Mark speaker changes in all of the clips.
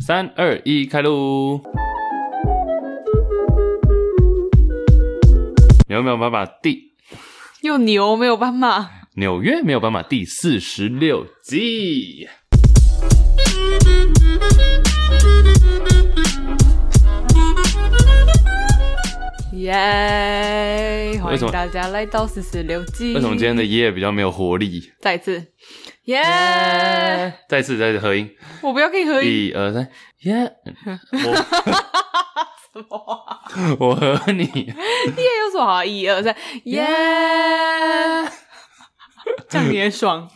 Speaker 1: 三二一，开录！有没有斑马第
Speaker 2: 又牛没有斑马，
Speaker 1: 纽约没有斑马第四十六集？
Speaker 2: 耶！欢
Speaker 1: 为什么
Speaker 2: 迎大家来到四十六集。
Speaker 1: 为什么今天的耶比较没有活力？
Speaker 2: 再一次？耶！
Speaker 1: 再次再次合音，
Speaker 2: 我不要跟你合影。
Speaker 1: 一二三，耶！我
Speaker 2: 什么啊
Speaker 1: 我 和你，
Speaker 2: 耶，有什么好？啊一二三，耶！这样你也爽。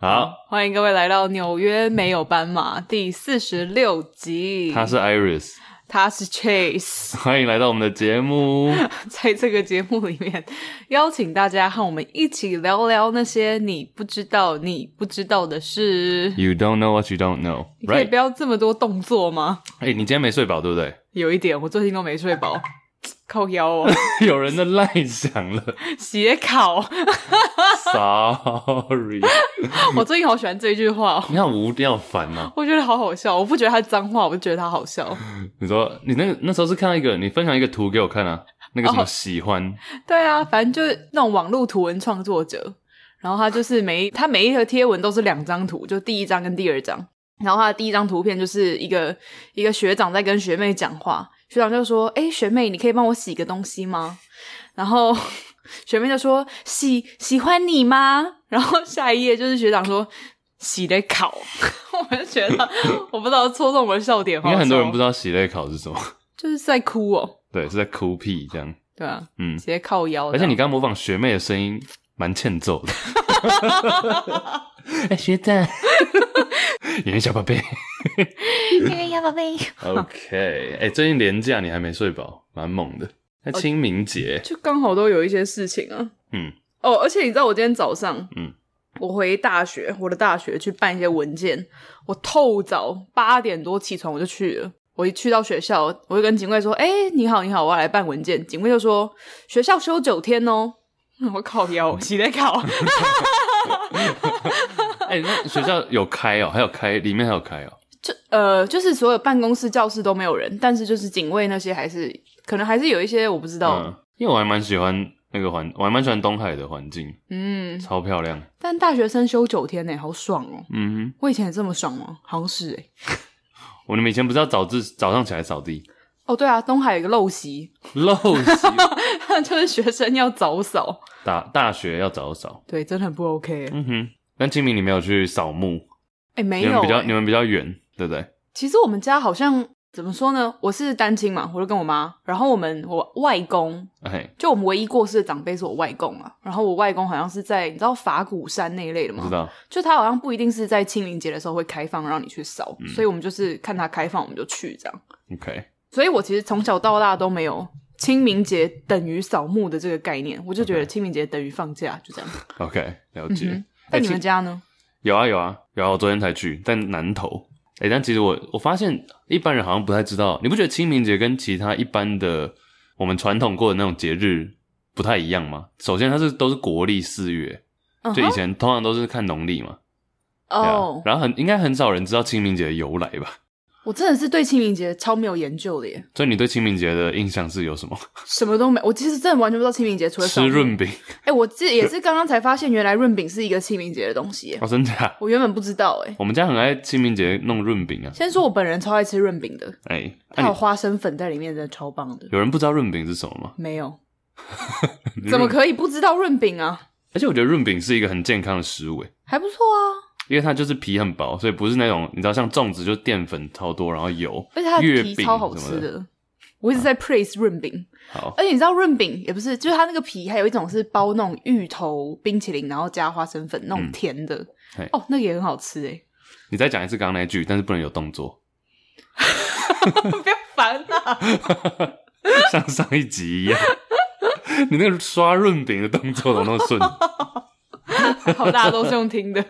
Speaker 1: 好，
Speaker 2: 欢迎各位来到纽约没有斑马第四十六集。
Speaker 1: 他是 Iris，
Speaker 2: 他是 Chase。
Speaker 1: 欢迎来到我们的节目。
Speaker 2: 在这个节目里面，邀请大家和我们一起聊聊那些你不知道、你不知道的事。
Speaker 1: You don't know what you don't know,
Speaker 2: 你可以
Speaker 1: right？
Speaker 2: 不要这么多动作吗？
Speaker 1: 哎、你今天没睡饱对不对？
Speaker 2: 有一点，我最近都没睡饱，靠腰哦，
Speaker 1: 有人的赖响了
Speaker 2: 斜烤。
Speaker 1: ，Sorry。
Speaker 2: 我最近好喜欢这一句话哦，
Speaker 1: 你好无聊烦哦、
Speaker 2: 我觉得好好笑。我不觉得它脏话，我就觉得它好笑。
Speaker 1: 你说你那个那时候是看到一个你分享一个图给我看啊，那个什么
Speaker 2: 哦
Speaker 1: 喜欢，
Speaker 2: 对啊，反正就是那种网络图文创作者，然后他就 是每一他每一个贴文都是两张图，就第一张跟第二张。然后他的第一张图片就是一个一个学长在跟学妹讲话，学长就说：“哎，学妹，你可以帮我洗个东西吗？”然后 学妹就说：“喜喜欢你吗？”然后下一页就是学长说。洗的烤， 我就 觉得我不知道戳中我的笑点，
Speaker 1: 应该很多人不知
Speaker 2: 道，
Speaker 1: 道喜泪考是什么，
Speaker 2: 就是在哭哦，
Speaker 1: 对，是在哭屁这样，
Speaker 2: 对啊，
Speaker 1: 嗯
Speaker 2: 直，接靠腰的，
Speaker 1: 而且你刚模仿学妹的声音蛮欠揍的， 哎、学 长，演员小宝贝
Speaker 3: 呀，宝贝，
Speaker 1: ，OK，哎、最近廉假你还没睡饱，蛮猛的，那清明 节，
Speaker 2: 就刚好都有一些事情啊，
Speaker 1: 嗯，
Speaker 2: 哦，而且你知道我今天早上，
Speaker 1: 嗯，
Speaker 2: 我回大学，我的大学去办一些文件，我透早八点多起床我就去了。我一去到学校，我就跟警卫说：“哎、你好，你好，我要来办文件。”警卫就说：“学校休九天哦。” 我靠腰，洗在考，哦
Speaker 1: 哎、那学校有开哦、还有开，里面还有开哦、
Speaker 2: 就呃，就是所有办公室、教室都没有人，但是就是警卫那些还是可能还是有一些我不知道，
Speaker 1: 嗯，因为我还蛮喜欢那个环，我还蛮喜欢东海的环境，
Speaker 2: 嗯
Speaker 1: 超漂亮，
Speaker 2: 但大学生休九天呢、好爽哦！
Speaker 1: 嗯哼。
Speaker 2: 我以前也这么爽吗？好像是哎、
Speaker 1: 我们以前不是要早自早上起来扫地，
Speaker 2: 哦，对啊，东海有一个陋习，
Speaker 1: 陋习。
Speaker 2: 就是学生要早扫，
Speaker 1: 大大学要早扫，
Speaker 2: 对，真的很不 OK。哎、
Speaker 1: 嗯哼。但清明你没有去扫墓，
Speaker 2: 没
Speaker 1: 你
Speaker 2: 有、
Speaker 1: 们比较
Speaker 2: 哎
Speaker 1: 你们比较远，对不对？
Speaker 2: 其实我们家好像怎么说呢？我是单亲嘛，我就跟我妈，然后我们我外公，
Speaker 1: 哎，
Speaker 2: 就我们唯一过世的长辈是我外公啊。然后我外公好像是在你知道法鼓山那一类的
Speaker 1: 不知
Speaker 2: 吗？
Speaker 1: 道。
Speaker 2: 就他好像不一定是在清明节的时候会开放让你去扫，
Speaker 1: 嗯
Speaker 2: 所以我们就是看他开放我们就去这样。
Speaker 1: OK，
Speaker 2: 所以我其实从小到大都没有。清明节等于扫墓的这个概念，我就觉得
Speaker 1: OK
Speaker 2: 清明节等于放假，就这样。
Speaker 1: OK，了
Speaker 2: 嗯
Speaker 1: 解。
Speaker 2: 哼，
Speaker 1: 哎
Speaker 2: 但你
Speaker 1: 其
Speaker 2: 们家呢？
Speaker 1: 有啊有啊有啊！我昨天才去，在南投。哎、但其实我我发现一般人好像不太知道，你不觉得清明节跟其他一般的我们传统过的那种节日不太一样吗？首先，它是都是国历四月，
Speaker 2: 嗯
Speaker 1: 就以
Speaker 2: 哼
Speaker 1: 前通常都是看农历嘛。对啊
Speaker 2: 哦，
Speaker 1: 然后很应该很少人知道清明节的由来吧？
Speaker 2: 我真的是对清明节超没有研究的耶，
Speaker 1: 所以你对清明节的印象是有什么？
Speaker 2: 什么都没。我其实真的完全不知道清明节除了扫
Speaker 1: 吃
Speaker 2: 墓
Speaker 1: 润饼？
Speaker 2: 哎、我这也是刚刚才发现，原来润饼是一个清明节的东西耶，
Speaker 1: 哦，真假？
Speaker 2: 我原本不知道哎。
Speaker 1: 我们家很爱清明节弄润饼啊。
Speaker 2: 先说我本人超爱吃润饼的，
Speaker 1: 哎、那
Speaker 2: 它有
Speaker 1: 你
Speaker 2: 花生粉在里面，真的超棒的。
Speaker 1: 有人不知道润饼是什么吗？
Speaker 2: 没有，怎么可以不知道润饼啊？
Speaker 1: 而且我觉得润饼是一个很健康的食物，哎
Speaker 2: 还不错啊，
Speaker 1: 因为它就是皮很薄，所以不是那种你知道像粽子就是淀粉超多，然后油，
Speaker 2: 而且它的
Speaker 1: 月
Speaker 2: 皮
Speaker 1: 饼
Speaker 2: 超好
Speaker 1: 什么
Speaker 2: 吃
Speaker 1: 的。
Speaker 2: 的。我一直在 praise 润饼，
Speaker 1: 好，
Speaker 2: 而且你知道润饼也不是，就是它那个皮还有一种是包那种芋头冰淇淋，然后加花生粉那种
Speaker 1: 嗯
Speaker 2: 甜的，
Speaker 1: 嘿
Speaker 2: 哦，那个也很好吃哎，
Speaker 1: 你再讲一次刚刚那句，但是不能有动作，
Speaker 2: 不要烦 啊！
Speaker 1: 像上一集一样。你那个刷润饼的动作怎么那么顺？
Speaker 2: 好，大家都是用听的。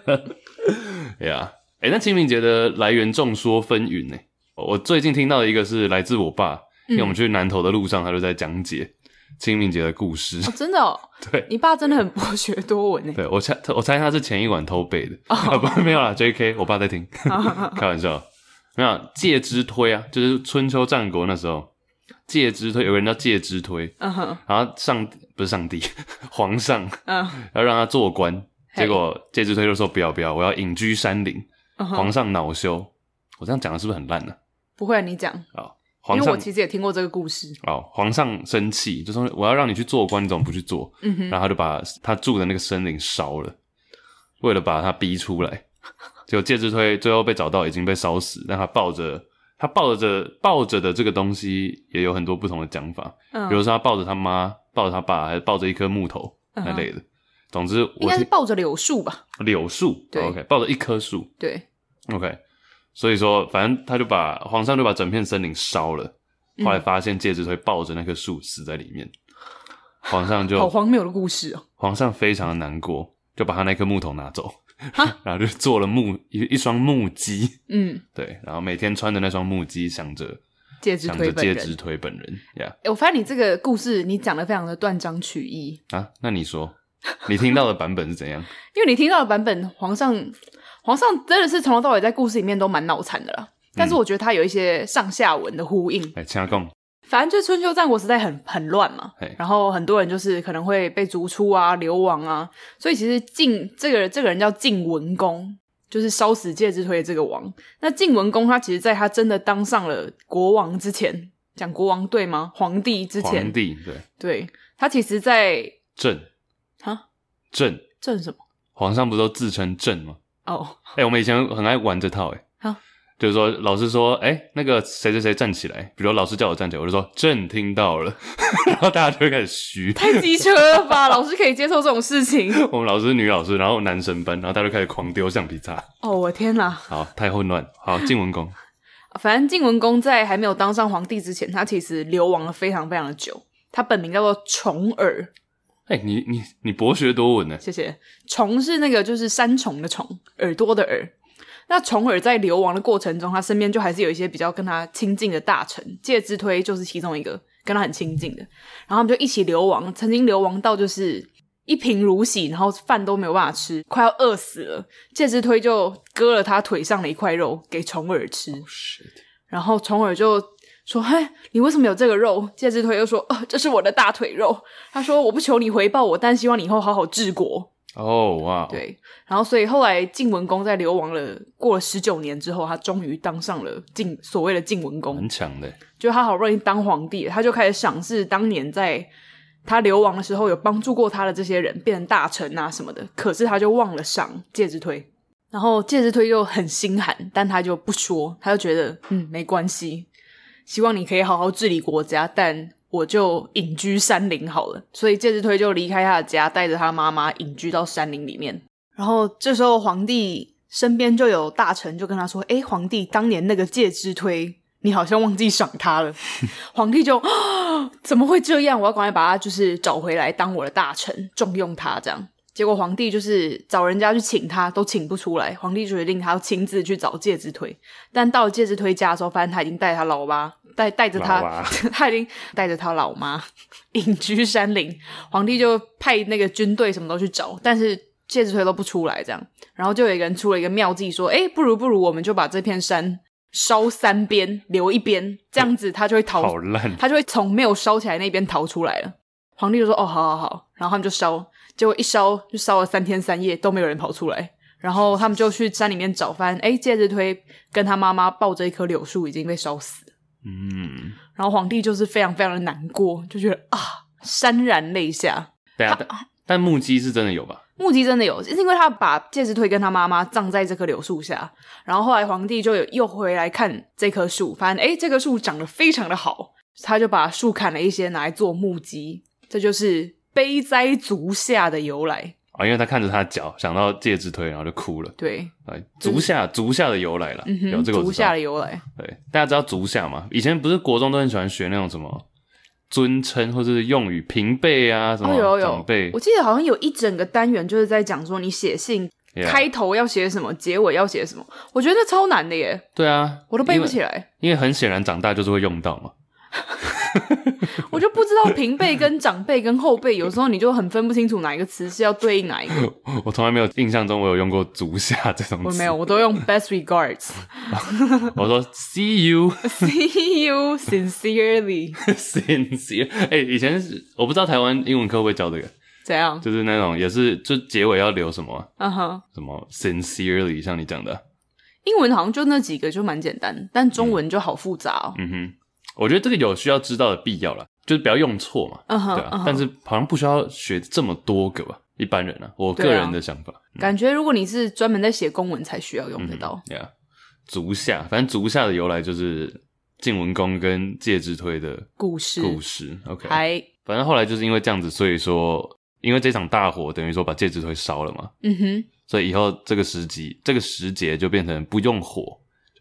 Speaker 1: 哎呀，哎，那清明节的来源众说纷纭呢。我最近听到一个是来自我爸，因为我们去南投的路上，他就在讲解清明节的故事。
Speaker 2: 哦，真的哦，
Speaker 1: 对，
Speaker 2: 你爸真的很博学多闻哎。
Speaker 1: 对我猜，我猜他是前一晚偷背的，
Speaker 2: 哦
Speaker 1: 啊不没有啦，J.K. 我爸在听， 开玩笑。没有介之推啊，就是春秋战国那时候，介之推有个人叫介之推，
Speaker 2: 嗯哼，
Speaker 1: 然后上不是上帝，皇上
Speaker 2: 嗯
Speaker 1: 要让他做官，
Speaker 2: 嘿
Speaker 1: 结果介之推就说不要不要，我要隐居山林，
Speaker 2: 嗯哼，
Speaker 1: 皇上恼羞。我这样讲的是不是很烂呢、
Speaker 2: 不会啊，你讲，
Speaker 1: 啊？
Speaker 2: 因
Speaker 1: 皇
Speaker 2: 为
Speaker 1: 上
Speaker 2: 我其实也听过这个故事。
Speaker 1: 哦，皇上生气就说我要让你去做官，你怎么不去做？
Speaker 2: 嗯哼，
Speaker 1: 然后他就把他住的那个森林烧了，为了把他逼出来。 结果介之推最后被找到，已经被烧死。但他抱着他抱着抱着的这个东西，也有很多不同的讲法。
Speaker 2: 嗯
Speaker 1: 比如说他抱着他妈，抱着他爸，还是抱着一棵木头
Speaker 2: 嗯哼
Speaker 1: 那类的。总之，
Speaker 2: 应
Speaker 1: 我
Speaker 2: 该是
Speaker 1: 听
Speaker 2: 抱着柳树吧？
Speaker 1: 柳树
Speaker 2: 对
Speaker 1: ，OK，抱着一棵树
Speaker 2: 对，
Speaker 1: ，OK。所以说，反正他就把皇上就把整片森林烧了。
Speaker 2: 嗯
Speaker 1: 后来发现介之推抱着那棵树死在里面，皇上就
Speaker 2: 好荒谬的故事哦。
Speaker 1: 皇上非常的难过，就把他那颗木头拿走， 然后就做了木一一双木屐，
Speaker 2: 嗯，
Speaker 1: 对，然后每天穿的那双木屐想着
Speaker 2: 戒指
Speaker 1: 想
Speaker 2: 推
Speaker 1: 着
Speaker 2: 本
Speaker 1: 戒
Speaker 2: 人。
Speaker 1: 指推本人呀、
Speaker 2: 诶我发现你这个故事你讲的非常的断章取义，
Speaker 1: 啊，那你说你听到的版本是怎样？
Speaker 2: 因为你听到的版本，皇上皇上真的是从头到尾在故事里面都蛮脑残的啦。但是
Speaker 1: 嗯
Speaker 2: 我觉得他有一些上下文的呼应，
Speaker 1: 哎，掐共
Speaker 2: 反正就是春秋战国时代很很乱嘛
Speaker 1: 嘿，
Speaker 2: 然后很多人就是可能会被逐出啊、流亡啊，所以其实晋这个人这个人叫晋文公，就是烧死介之推的这个王。那晋文公他其实在他真的当上了国王之前，讲国王对吗？皇帝之前
Speaker 1: 皇，帝对
Speaker 2: 对他其实在
Speaker 1: 朕
Speaker 2: 啊
Speaker 1: 朕，
Speaker 2: 正什么？
Speaker 1: 皇上不是都自称朕吗？
Speaker 2: 哦，
Speaker 1: 哎、我们以前很爱玩这套、哎、
Speaker 2: 啊
Speaker 1: 就是说老师说，哎、那个谁谁谁站起来，比如老师叫我站起来，我就说朕听到了， 然后大家就会开始虚，
Speaker 2: 太机车了吧？ 老师可以接受这种事情？
Speaker 1: 我们老师是女老师，然后男神班，然后大家就开始狂丢橡皮擦。
Speaker 2: 哦，我天哪！
Speaker 1: 好，太混乱。好，晋文 公，
Speaker 2: 反正晋文公在还没有当上皇帝之前，他其实流亡了非常非常的久。他本名叫做重耳，
Speaker 1: 哎、你你你博学多闻呢？
Speaker 2: 谢谢。虫是那个就是山虫的虫，耳朵的耳。那虫耳在流亡的过程中，他身边就还是有一些比较跟他亲近的大臣，介之推就是其中一个跟他很亲近的。然后他们就一起流亡，曾经流亡到就是一贫如洗，然后饭都没有办法吃，快要饿死了。介之推就割了他腿上的一块肉给虫耳吃。然后虫儿就说：“嘿，你为什么有这个肉？”介之推又说：“哦，这是我的大腿肉。”他说：“我不求你回报我，但希望你以后好好治国。
Speaker 1: 哦，哇，，
Speaker 2: 对，然后所以后来晋文公在流亡了过了十九年之后，他终于当上了晋所谓的晋文公
Speaker 1: 很，强的。
Speaker 2: 就他好不容易当皇帝了，他就开始赏识当年在。他流亡的时候有帮助过他的这些人变成大臣啊什么的，可是他就忘了赏介之推，然后介之推就很心寒，但他就不说，他就觉得嗯没关系，希望你可以好好治理国家，但我就隐居山林好了。所以介之推就离开他的家，带着他妈妈隐居到山林里面。然后这时候皇帝身边就有大臣就跟他说：“诶，皇帝，当年那个介之推，你好像忘记赏 他了。”皇帝就、啊、怎么会这样？我要赶快把他就是找回来当我的大臣，重用他这样。结果皇帝就是找人家去请他，都请不出来。皇帝决定他要亲自去找介之推。但到了介之推家的时候，发现他已经带他老妈带带着
Speaker 1: 老
Speaker 2: 他
Speaker 1: 妈，
Speaker 2: 他已经带着他老妈 隐居山林。皇帝就派那个军队什么都去找，但是介之推都不出来，这样。然后就有一个人出了一个妙计，说：“哎，不如不如，我们就把这片山烧三边留一边，这样子他就会逃
Speaker 1: 好烂，
Speaker 2: 他就会从没有烧起来那边逃出来了。皇帝就说：“哦，好好好。”然后他们就烧，结果一烧就烧了三天三夜都没有人跑出来。然后他们就去山里面找，发现哎，介之推跟他妈妈抱着一棵柳树已经被烧死了。
Speaker 1: 嗯，
Speaker 2: 然后皇帝就是非常非常的难过，就觉得啊，潸然泪下。
Speaker 1: 对啊，但但木屐是真的有吧？
Speaker 2: 目击真的有，是因为他把介之推跟他妈妈葬在这棵柳树下，然后后来皇帝就有又回来看这棵树，发现哎，诶这棵树长得非常的好，他就把树砍了一些拿来做木屐，这就是悲哉足下的由来。
Speaker 1: 啊、因为他看着他的脚，想到戒指推，然后就哭了。
Speaker 2: 对，
Speaker 1: 哎，
Speaker 2: 就是
Speaker 1: 足下足下的由来了，
Speaker 2: 嗯
Speaker 1: 有
Speaker 2: 哼，
Speaker 1: 这个我
Speaker 2: 足
Speaker 1: 知道
Speaker 2: 下的。由来，
Speaker 1: 对，大家知道足下吗？以前不是国中都很喜欢学那种什么尊称或者是用语、平辈啊，什么
Speaker 2: 哦有
Speaker 1: 长
Speaker 2: 有
Speaker 1: 辈，
Speaker 2: 我记得好像有一整个单元就是在讲说你写信
Speaker 1: Yeah
Speaker 2: 开头要写什么，结尾要写什么，我觉得那超难的耶，
Speaker 1: 对啊，
Speaker 2: 我都背不
Speaker 1: 因
Speaker 2: 起
Speaker 1: 为，
Speaker 2: 来，
Speaker 1: 因为很显然长大就是会用到嘛。
Speaker 2: 我就不知道平辈跟长辈跟后辈，有时候你就很分不清楚哪一个词是要对应哪一个。
Speaker 1: 我从来没有印象中我有用过足下这种词，
Speaker 2: 我没有，。我都用 best regards。
Speaker 1: 我说 see you
Speaker 2: See you sincerely，
Speaker 1: sincere，哎、以前是我不知道台湾英文课会不会教这个，
Speaker 2: 怎样？
Speaker 1: 就是那种也是就结尾要留什么啊
Speaker 2: 嗯哼，
Speaker 1: 什么 sincerely，像你讲的。
Speaker 2: 英文好像就那几个就蛮简单，但中文就好复杂哦。
Speaker 1: 嗯哼，我觉得这个有需要知道的必要啦，就是不要用错嘛，
Speaker 2: 嗯哼
Speaker 1: 对啊。
Speaker 2: 嗯哼
Speaker 1: 但是好像不需要学这么多个吧，一般人啊，我个
Speaker 2: 对啊
Speaker 1: 人的想法。嗯
Speaker 2: 感觉如果你是专门在写公文才需要用得到。
Speaker 1: 呀、yeah，足下，反正足下的由来就是晋文公跟介之推的
Speaker 2: 故事，
Speaker 1: 故事。OK，
Speaker 2: 还
Speaker 1: 反正后来就是因为这样子，所以说因为这场大火，等于说把介之推烧了嘛，
Speaker 2: 嗯哼，
Speaker 1: 所以以后这个时机，这个时节就变成不用火，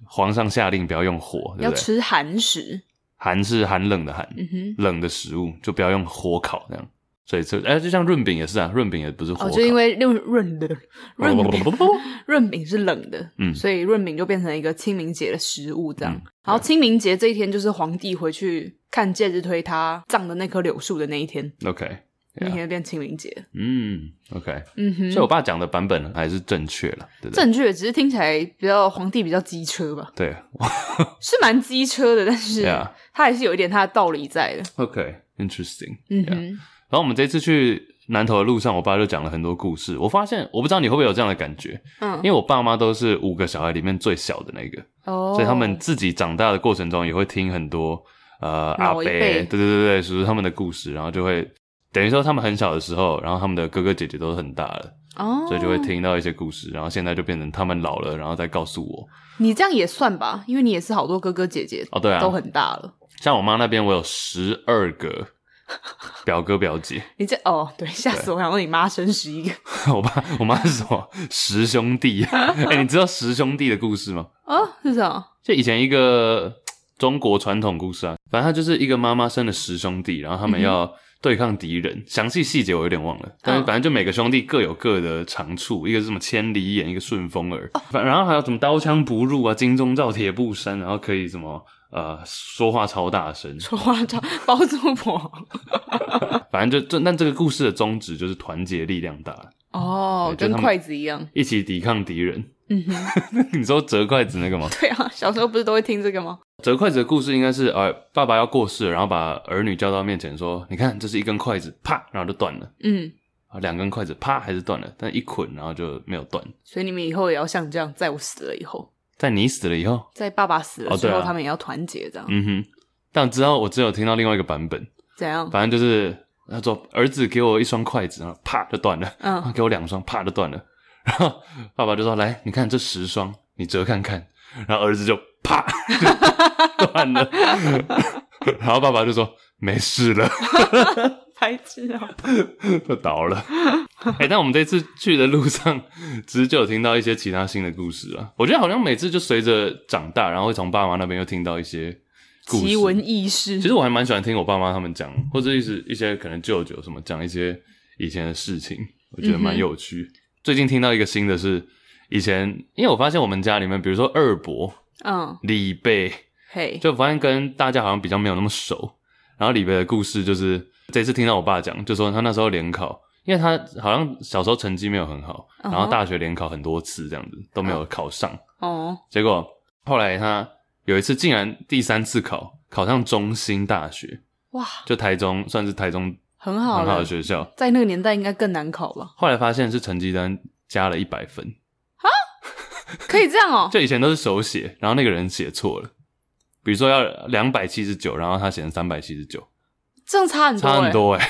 Speaker 1: 皇上下令不要用火，对
Speaker 2: 要
Speaker 1: 不对？
Speaker 2: 吃寒食。
Speaker 1: 寒是寒冷的寒，
Speaker 2: 嗯哼，
Speaker 1: 冷的食物就不要用火烤这样。所以这哎、就像润饼也是啊，润饼也不是火烤，
Speaker 2: 哦，就因为润润的润
Speaker 1: 不不
Speaker 2: 饼
Speaker 1: 不不不，
Speaker 2: 润饼是冷的，
Speaker 1: 嗯
Speaker 2: 所以润饼就变成一个清明节的食物这样。
Speaker 1: 嗯
Speaker 2: 然后清明节这一天就是皇帝回去看介之推他葬的那棵柳树的那一天，
Speaker 1: OK，
Speaker 2: 那
Speaker 1: 啊
Speaker 2: 天就变清明节。
Speaker 1: 嗯，OK，、
Speaker 2: 嗯哼，
Speaker 1: 所以我爸讲的版本还是正确了，对不对？
Speaker 2: 正确，只是听起来比较皇帝比较机车吧，
Speaker 1: 对
Speaker 2: 是蛮机车的，但是
Speaker 1: Yeah
Speaker 2: 他还是有一点他的道理在的。
Speaker 1: ，OK，interesting、
Speaker 2: 嗯
Speaker 1: Yeah
Speaker 2: 哼，
Speaker 1: 然后我们这次去南投的路上，我爸就讲了很多故事。我发现，我不知道你会不会有这样的感觉，
Speaker 2: 嗯，
Speaker 1: 啊因为我爸妈都是五个小孩里面最小的那个，
Speaker 2: 哦，
Speaker 1: 所以他们自己长大的过程中也会听很多呃阿
Speaker 2: 老
Speaker 1: 伯，
Speaker 2: 一
Speaker 1: 对
Speaker 2: 辈
Speaker 1: 对对对，叔叔他们的故事，然后就会等于说他们很小的时候，然后他们的哥哥姐姐都很大了，
Speaker 2: 哦，
Speaker 1: 所以就会。听到一些故事，然后现在就变成他们老了，然后再告诉我。
Speaker 2: 你这样也算吧，因为你也是好多哥哥姐姐
Speaker 1: 哦对啊
Speaker 2: 都很大了。
Speaker 1: 像我妈那边，我有十二 个表哥表姐，
Speaker 2: 你这哦，对，吓死我！我想说你妈生十一个
Speaker 1: 我爸我妈是什么十兄弟？ 哎、你知道十兄弟的故事吗？
Speaker 2: 哦，是什么？
Speaker 1: 就以前一个中国传统故事啊，反正他就是一个妈妈生了十兄弟，然后他们要对抗敌人。详细细节我有点忘了，但是
Speaker 2: 嗯
Speaker 1: 反正就每个兄弟各有各的长处，一个是什么千里眼，一个顺风耳，反然后还有什么刀枪不入啊，金钟罩铁布衫，然后可以什么呃说话超大声，
Speaker 2: 说话叫包租婆
Speaker 1: 反正就就那这个故事的宗旨就是团结力量大，
Speaker 2: 哦，
Speaker 1: 对就
Speaker 2: 跟
Speaker 1: 他们
Speaker 2: 筷子一样。
Speaker 1: 一起抵抗敌人。
Speaker 2: 嗯哼，
Speaker 1: 你说折筷子那个吗？
Speaker 2: 对啊，小时候不是都会听这个吗？
Speaker 1: 折筷子的故事应该是，呃，爸爸要过世了，然后把儿女叫到面前说：“你看，这是一根筷子，啪，然后就断了；
Speaker 2: 嗯，
Speaker 1: 啊，两根筷子，啪，还是断了，但一捆，然后就没有断。
Speaker 2: 所以你们以后也要像这样，在我死了以后，
Speaker 1: 在你死了以后，
Speaker 2: 在爸爸死
Speaker 1: 哦
Speaker 2: 了之
Speaker 1: 对啊
Speaker 2: 后，他们也要团结这样。
Speaker 1: 嗯哼，但之后我只有听到另外一个版本，
Speaker 2: 怎样？
Speaker 1: 反正就是他说儿子给我一双筷子，然后啪就断了，
Speaker 2: 嗯
Speaker 1: 啊给我两双，啪就断了。然后爸爸就说：来，你看这十双，你折看看。然后儿子就啪 就断了， 然后爸爸就说：没事了。”
Speaker 2: 白痴啊！
Speaker 1: 就倒了。哎、但我们这次去的路上，其实就有听到一些其他新的故事啊。我觉得好像每次就随着长大，然后会从爸妈那边又听到一些故事。
Speaker 2: 奇闻异事。
Speaker 1: 其实我还蛮喜欢听我爸妈他们讲，或者一些一些可能舅舅什么讲一些以前的事情，我觉得
Speaker 2: 嗯
Speaker 1: 蛮有趣。最近听到一个新的是，以前因为我发现我们家里面，比如说二伯、
Speaker 2: 嗯，
Speaker 1: 李贝，
Speaker 2: 嘿，
Speaker 1: 就发现跟大家好像比较没有那么熟。然后里边的故事就是这次听到我爸讲，就说他那时候联考，因为他好像小时候成绩没有很好，
Speaker 2: 嗯
Speaker 1: 然
Speaker 2: 哼嗯
Speaker 1: 后大学联考很多次这样子都没有考上，
Speaker 2: 哦，
Speaker 1: 结果后来他有一次竟然第三次考考上中兴大学，
Speaker 2: 哇，
Speaker 1: 就台中算是台中
Speaker 2: 很
Speaker 1: 很
Speaker 2: 好
Speaker 1: 好
Speaker 2: 了
Speaker 1: 的，学校。
Speaker 2: 在那个年代应该更难考吧？
Speaker 1: 后来发现是成绩单加了一百分，
Speaker 2: 可以这样 哦、
Speaker 1: 就以前都是手写，然后那个人写错了，比如说要两百七十九，然后他写成三百七十九，
Speaker 2: 这样差很多、欸，
Speaker 1: 差很多哎、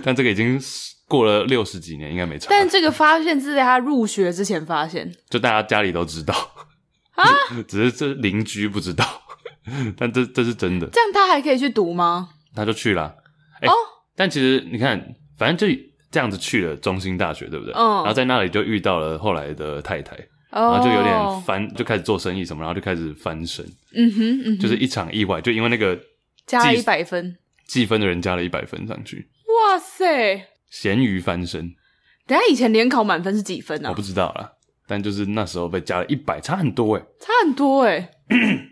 Speaker 1: 但这个已经过了六十几年，应该没差。
Speaker 2: 但这个发现是在他入学之前发现，
Speaker 1: 就大家家里都知道
Speaker 2: 啊，
Speaker 1: 只是这邻居不知道， 但这这是真的，
Speaker 2: 这样他还可以去读吗？
Speaker 1: 他就去了。哎、
Speaker 2: 哦
Speaker 1: 但其实你看，反正就这样子去了中兴大学，对不对？
Speaker 2: 嗯
Speaker 1: 然后在那里就遇到了后来的太太，然
Speaker 2: 哦，
Speaker 1: 啊后就有点翻，就开始做生意什么，然后就开始翻身，
Speaker 2: 嗯哼，嗯哼，
Speaker 1: 就是一场意外，就因为那个
Speaker 2: 加了
Speaker 1: 计
Speaker 2: 一百分，
Speaker 1: 计分的人加了一百分上去，
Speaker 2: 哇塞！
Speaker 1: 咸鱼翻身，
Speaker 2: 等一下以前联考满分是几分啊
Speaker 1: 我不？知道啦。但就是那时候被加了一百，差很多哎、
Speaker 2: 差很多哎、欸，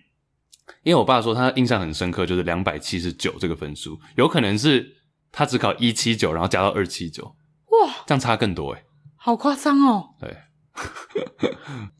Speaker 1: 因为我爸说他印象很深刻，就是两百七十九这个分数，有可能是他只考一七九，然后加到二七九，
Speaker 2: 哇，
Speaker 1: 这样差更多哎。
Speaker 2: 好夸张哦！
Speaker 1: 对，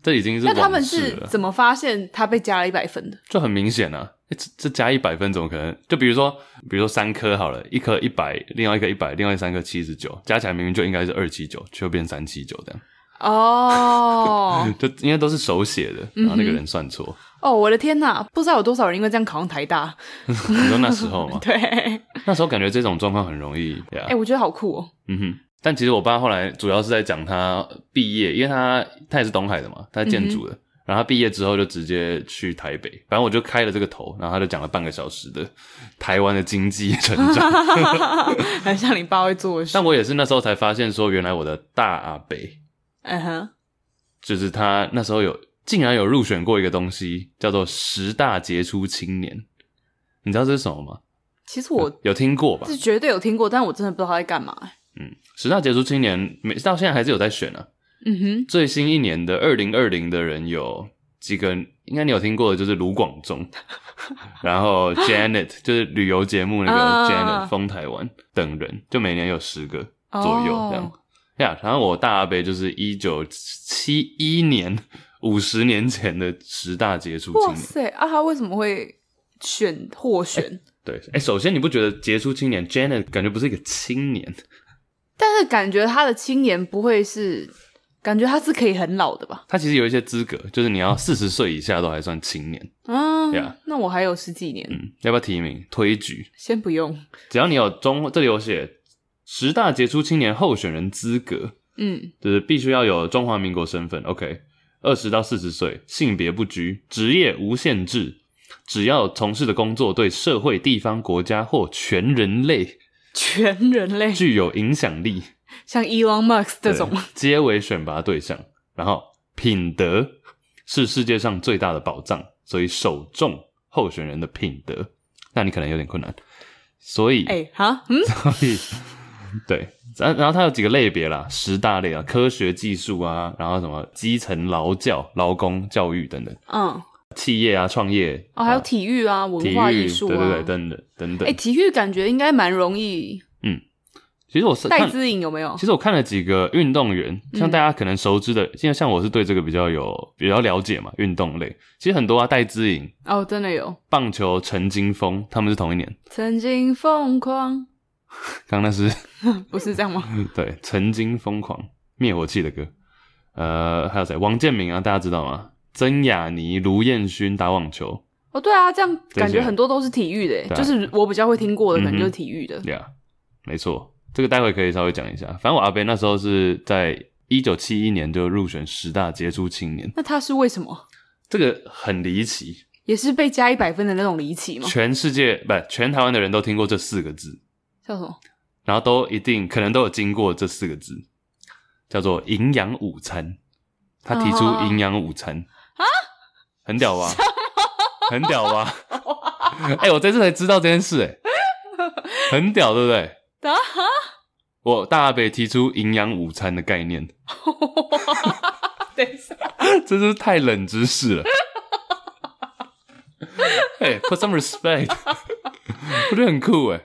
Speaker 1: 这已经是
Speaker 2: 那他们
Speaker 1: 往事啊
Speaker 2: 是
Speaker 1: 了
Speaker 2: 怎么发现他被加了一百分的？
Speaker 1: 就很明显啊。诶这这加一百分怎么可能？就比如说，比如说三科好了，一科一百，另外一个一百，另外三科七十九，加起来明明就应该是二七九，却变三七九这样。
Speaker 2: 哦 嗯
Speaker 1: 就因为都是手写的，然后那个人算错。
Speaker 2: 哦，我的天哪！不知道有多少人因为这样考上台大。
Speaker 1: 你说那时候嘛，
Speaker 2: 对，哎、
Speaker 1: 那时候感觉这种状况很容易。呀。
Speaker 2: 我觉得好 酷哦。
Speaker 1: 嗯哼，但其实我爸后来主要是在讲他毕业，因为他他也是东海的嘛，他是建筑的。然后他毕业之后就直接去台北，反正我就开了这个头，然后他就讲了半个小时的台湾的经济成
Speaker 2: 啊
Speaker 1: 长。
Speaker 2: 很像你爸会做的事
Speaker 1: 但。我也是那时候才发现说，原来我的大阿北
Speaker 2: 嗯哼，
Speaker 1: 就是他那时候有竟然有入选过一个东西，叫做十大杰出青年。你知道这是什么吗？
Speaker 2: 其实我
Speaker 1: 有听过吧？
Speaker 2: 嗯是绝对有听过，但我真的不知道他在干嘛、欸。
Speaker 1: 嗯，十大杰出青年每到现在还是有在选啊。
Speaker 2: 嗯哼，
Speaker 1: 最新一年的二零二零的人有几个？应该你有听过的，就是卢广仲， 然后 Janet 就是旅游节目那
Speaker 2: 啊
Speaker 1: 个 Janet 风台湾等人，就每年有十个左右这样
Speaker 2: 哦。
Speaker 1: 呀、然后我大阿伯就是一九七一年，五十年前的十大杰出青
Speaker 2: 哇
Speaker 1: 年。
Speaker 2: 塞！啊，他为什么会选获选？
Speaker 1: 对，哎、首先你不觉得杰出青年 Janet 感觉不是一个青年？
Speaker 2: 但是感觉他的青年不会是，感觉他是可以很老的吧？
Speaker 1: 她其实有一些资格，就是你要四十岁以下都还算青年。
Speaker 2: 嗯
Speaker 1: Yeah
Speaker 2: 那我还有十几年，
Speaker 1: 嗯，要不要提名推举？
Speaker 2: 先不用。
Speaker 1: 只要你有中，这里有写十大杰出青年候选人资格，
Speaker 2: 嗯，
Speaker 1: 就是必须要有中华民国身份，OK，二十到四十岁，性别不拘，职业无限制，只要从事的工作对社会、地方、国家或全人类
Speaker 2: 全人类
Speaker 1: 具有影响力，
Speaker 2: 像 Elon Musk 这种
Speaker 1: 对，皆为选拔对象。然后，品德是世界上最大的宝藏，所以首重候选人的品德，那你可能有点困难。所以，
Speaker 2: 哎、哈，嗯，
Speaker 1: 所以 对，然然后它有几个类别啦，十大类啊，科学技术啊，然后什么基层劳教、劳工教育等等，
Speaker 2: 嗯，
Speaker 1: 企业啊、创业
Speaker 2: 哦，还有
Speaker 1: 啊
Speaker 2: 体育啊，文
Speaker 1: 体
Speaker 2: 化
Speaker 1: 育
Speaker 2: 艺术
Speaker 1: 对
Speaker 2: 啊，
Speaker 1: 对对，等等等等。
Speaker 2: 哎、体育感觉应该蛮容易。
Speaker 1: 其实我是
Speaker 2: 戴
Speaker 1: 看，
Speaker 2: 资颖有没有
Speaker 1: 其？实我看了几个运动员，像
Speaker 2: 嗯
Speaker 1: 大家可能熟知的，现在像我是对这个比较有比较了解嘛，运动类其实很多啊，戴资颖、
Speaker 2: 哦，真的有，
Speaker 1: 棒球陈金峰，他们是同一年，
Speaker 2: 曾经 疯狂，
Speaker 1: 刚刚那是。
Speaker 2: 不是这样吗？
Speaker 1: 嗯对，曾经疯狂灭火器的歌，呃，还有谁？王建民啊，大家知道吗？曾雅妮、卢彦勋打网球，
Speaker 2: 哦，对啊，这样
Speaker 1: 这
Speaker 2: 感觉
Speaker 1: 些
Speaker 2: 很多都是体育的欸、
Speaker 1: 对啊
Speaker 2: 就是我比较会听过的，
Speaker 1: 嗯
Speaker 2: 可
Speaker 1: 哼
Speaker 2: 能就是体育的。
Speaker 1: 对啊，没错，这个待会可以稍微讲一下。反正我阿贝那时候是在一九七一年就入选十大杰出青年，
Speaker 2: 那他是为什么？
Speaker 1: 这个很离奇，
Speaker 2: 也是被加一百分的那种离奇吗？
Speaker 1: 全世界不全台湾的人都听过这四个字，
Speaker 2: 叫什么？
Speaker 1: 然后都一定可能都有经过这四个字，叫做营养午餐。他提出营养午餐哦啊，很屌吧？很屌吧？ 哎、我这次才知道这件事、哎，很屌，对不对？
Speaker 2: 啊
Speaker 1: 我大北提出营养午餐的概念，
Speaker 2: 等一下，
Speaker 1: 这就是太冷知识 了。哎、p u t some respect，我觉得很酷哎、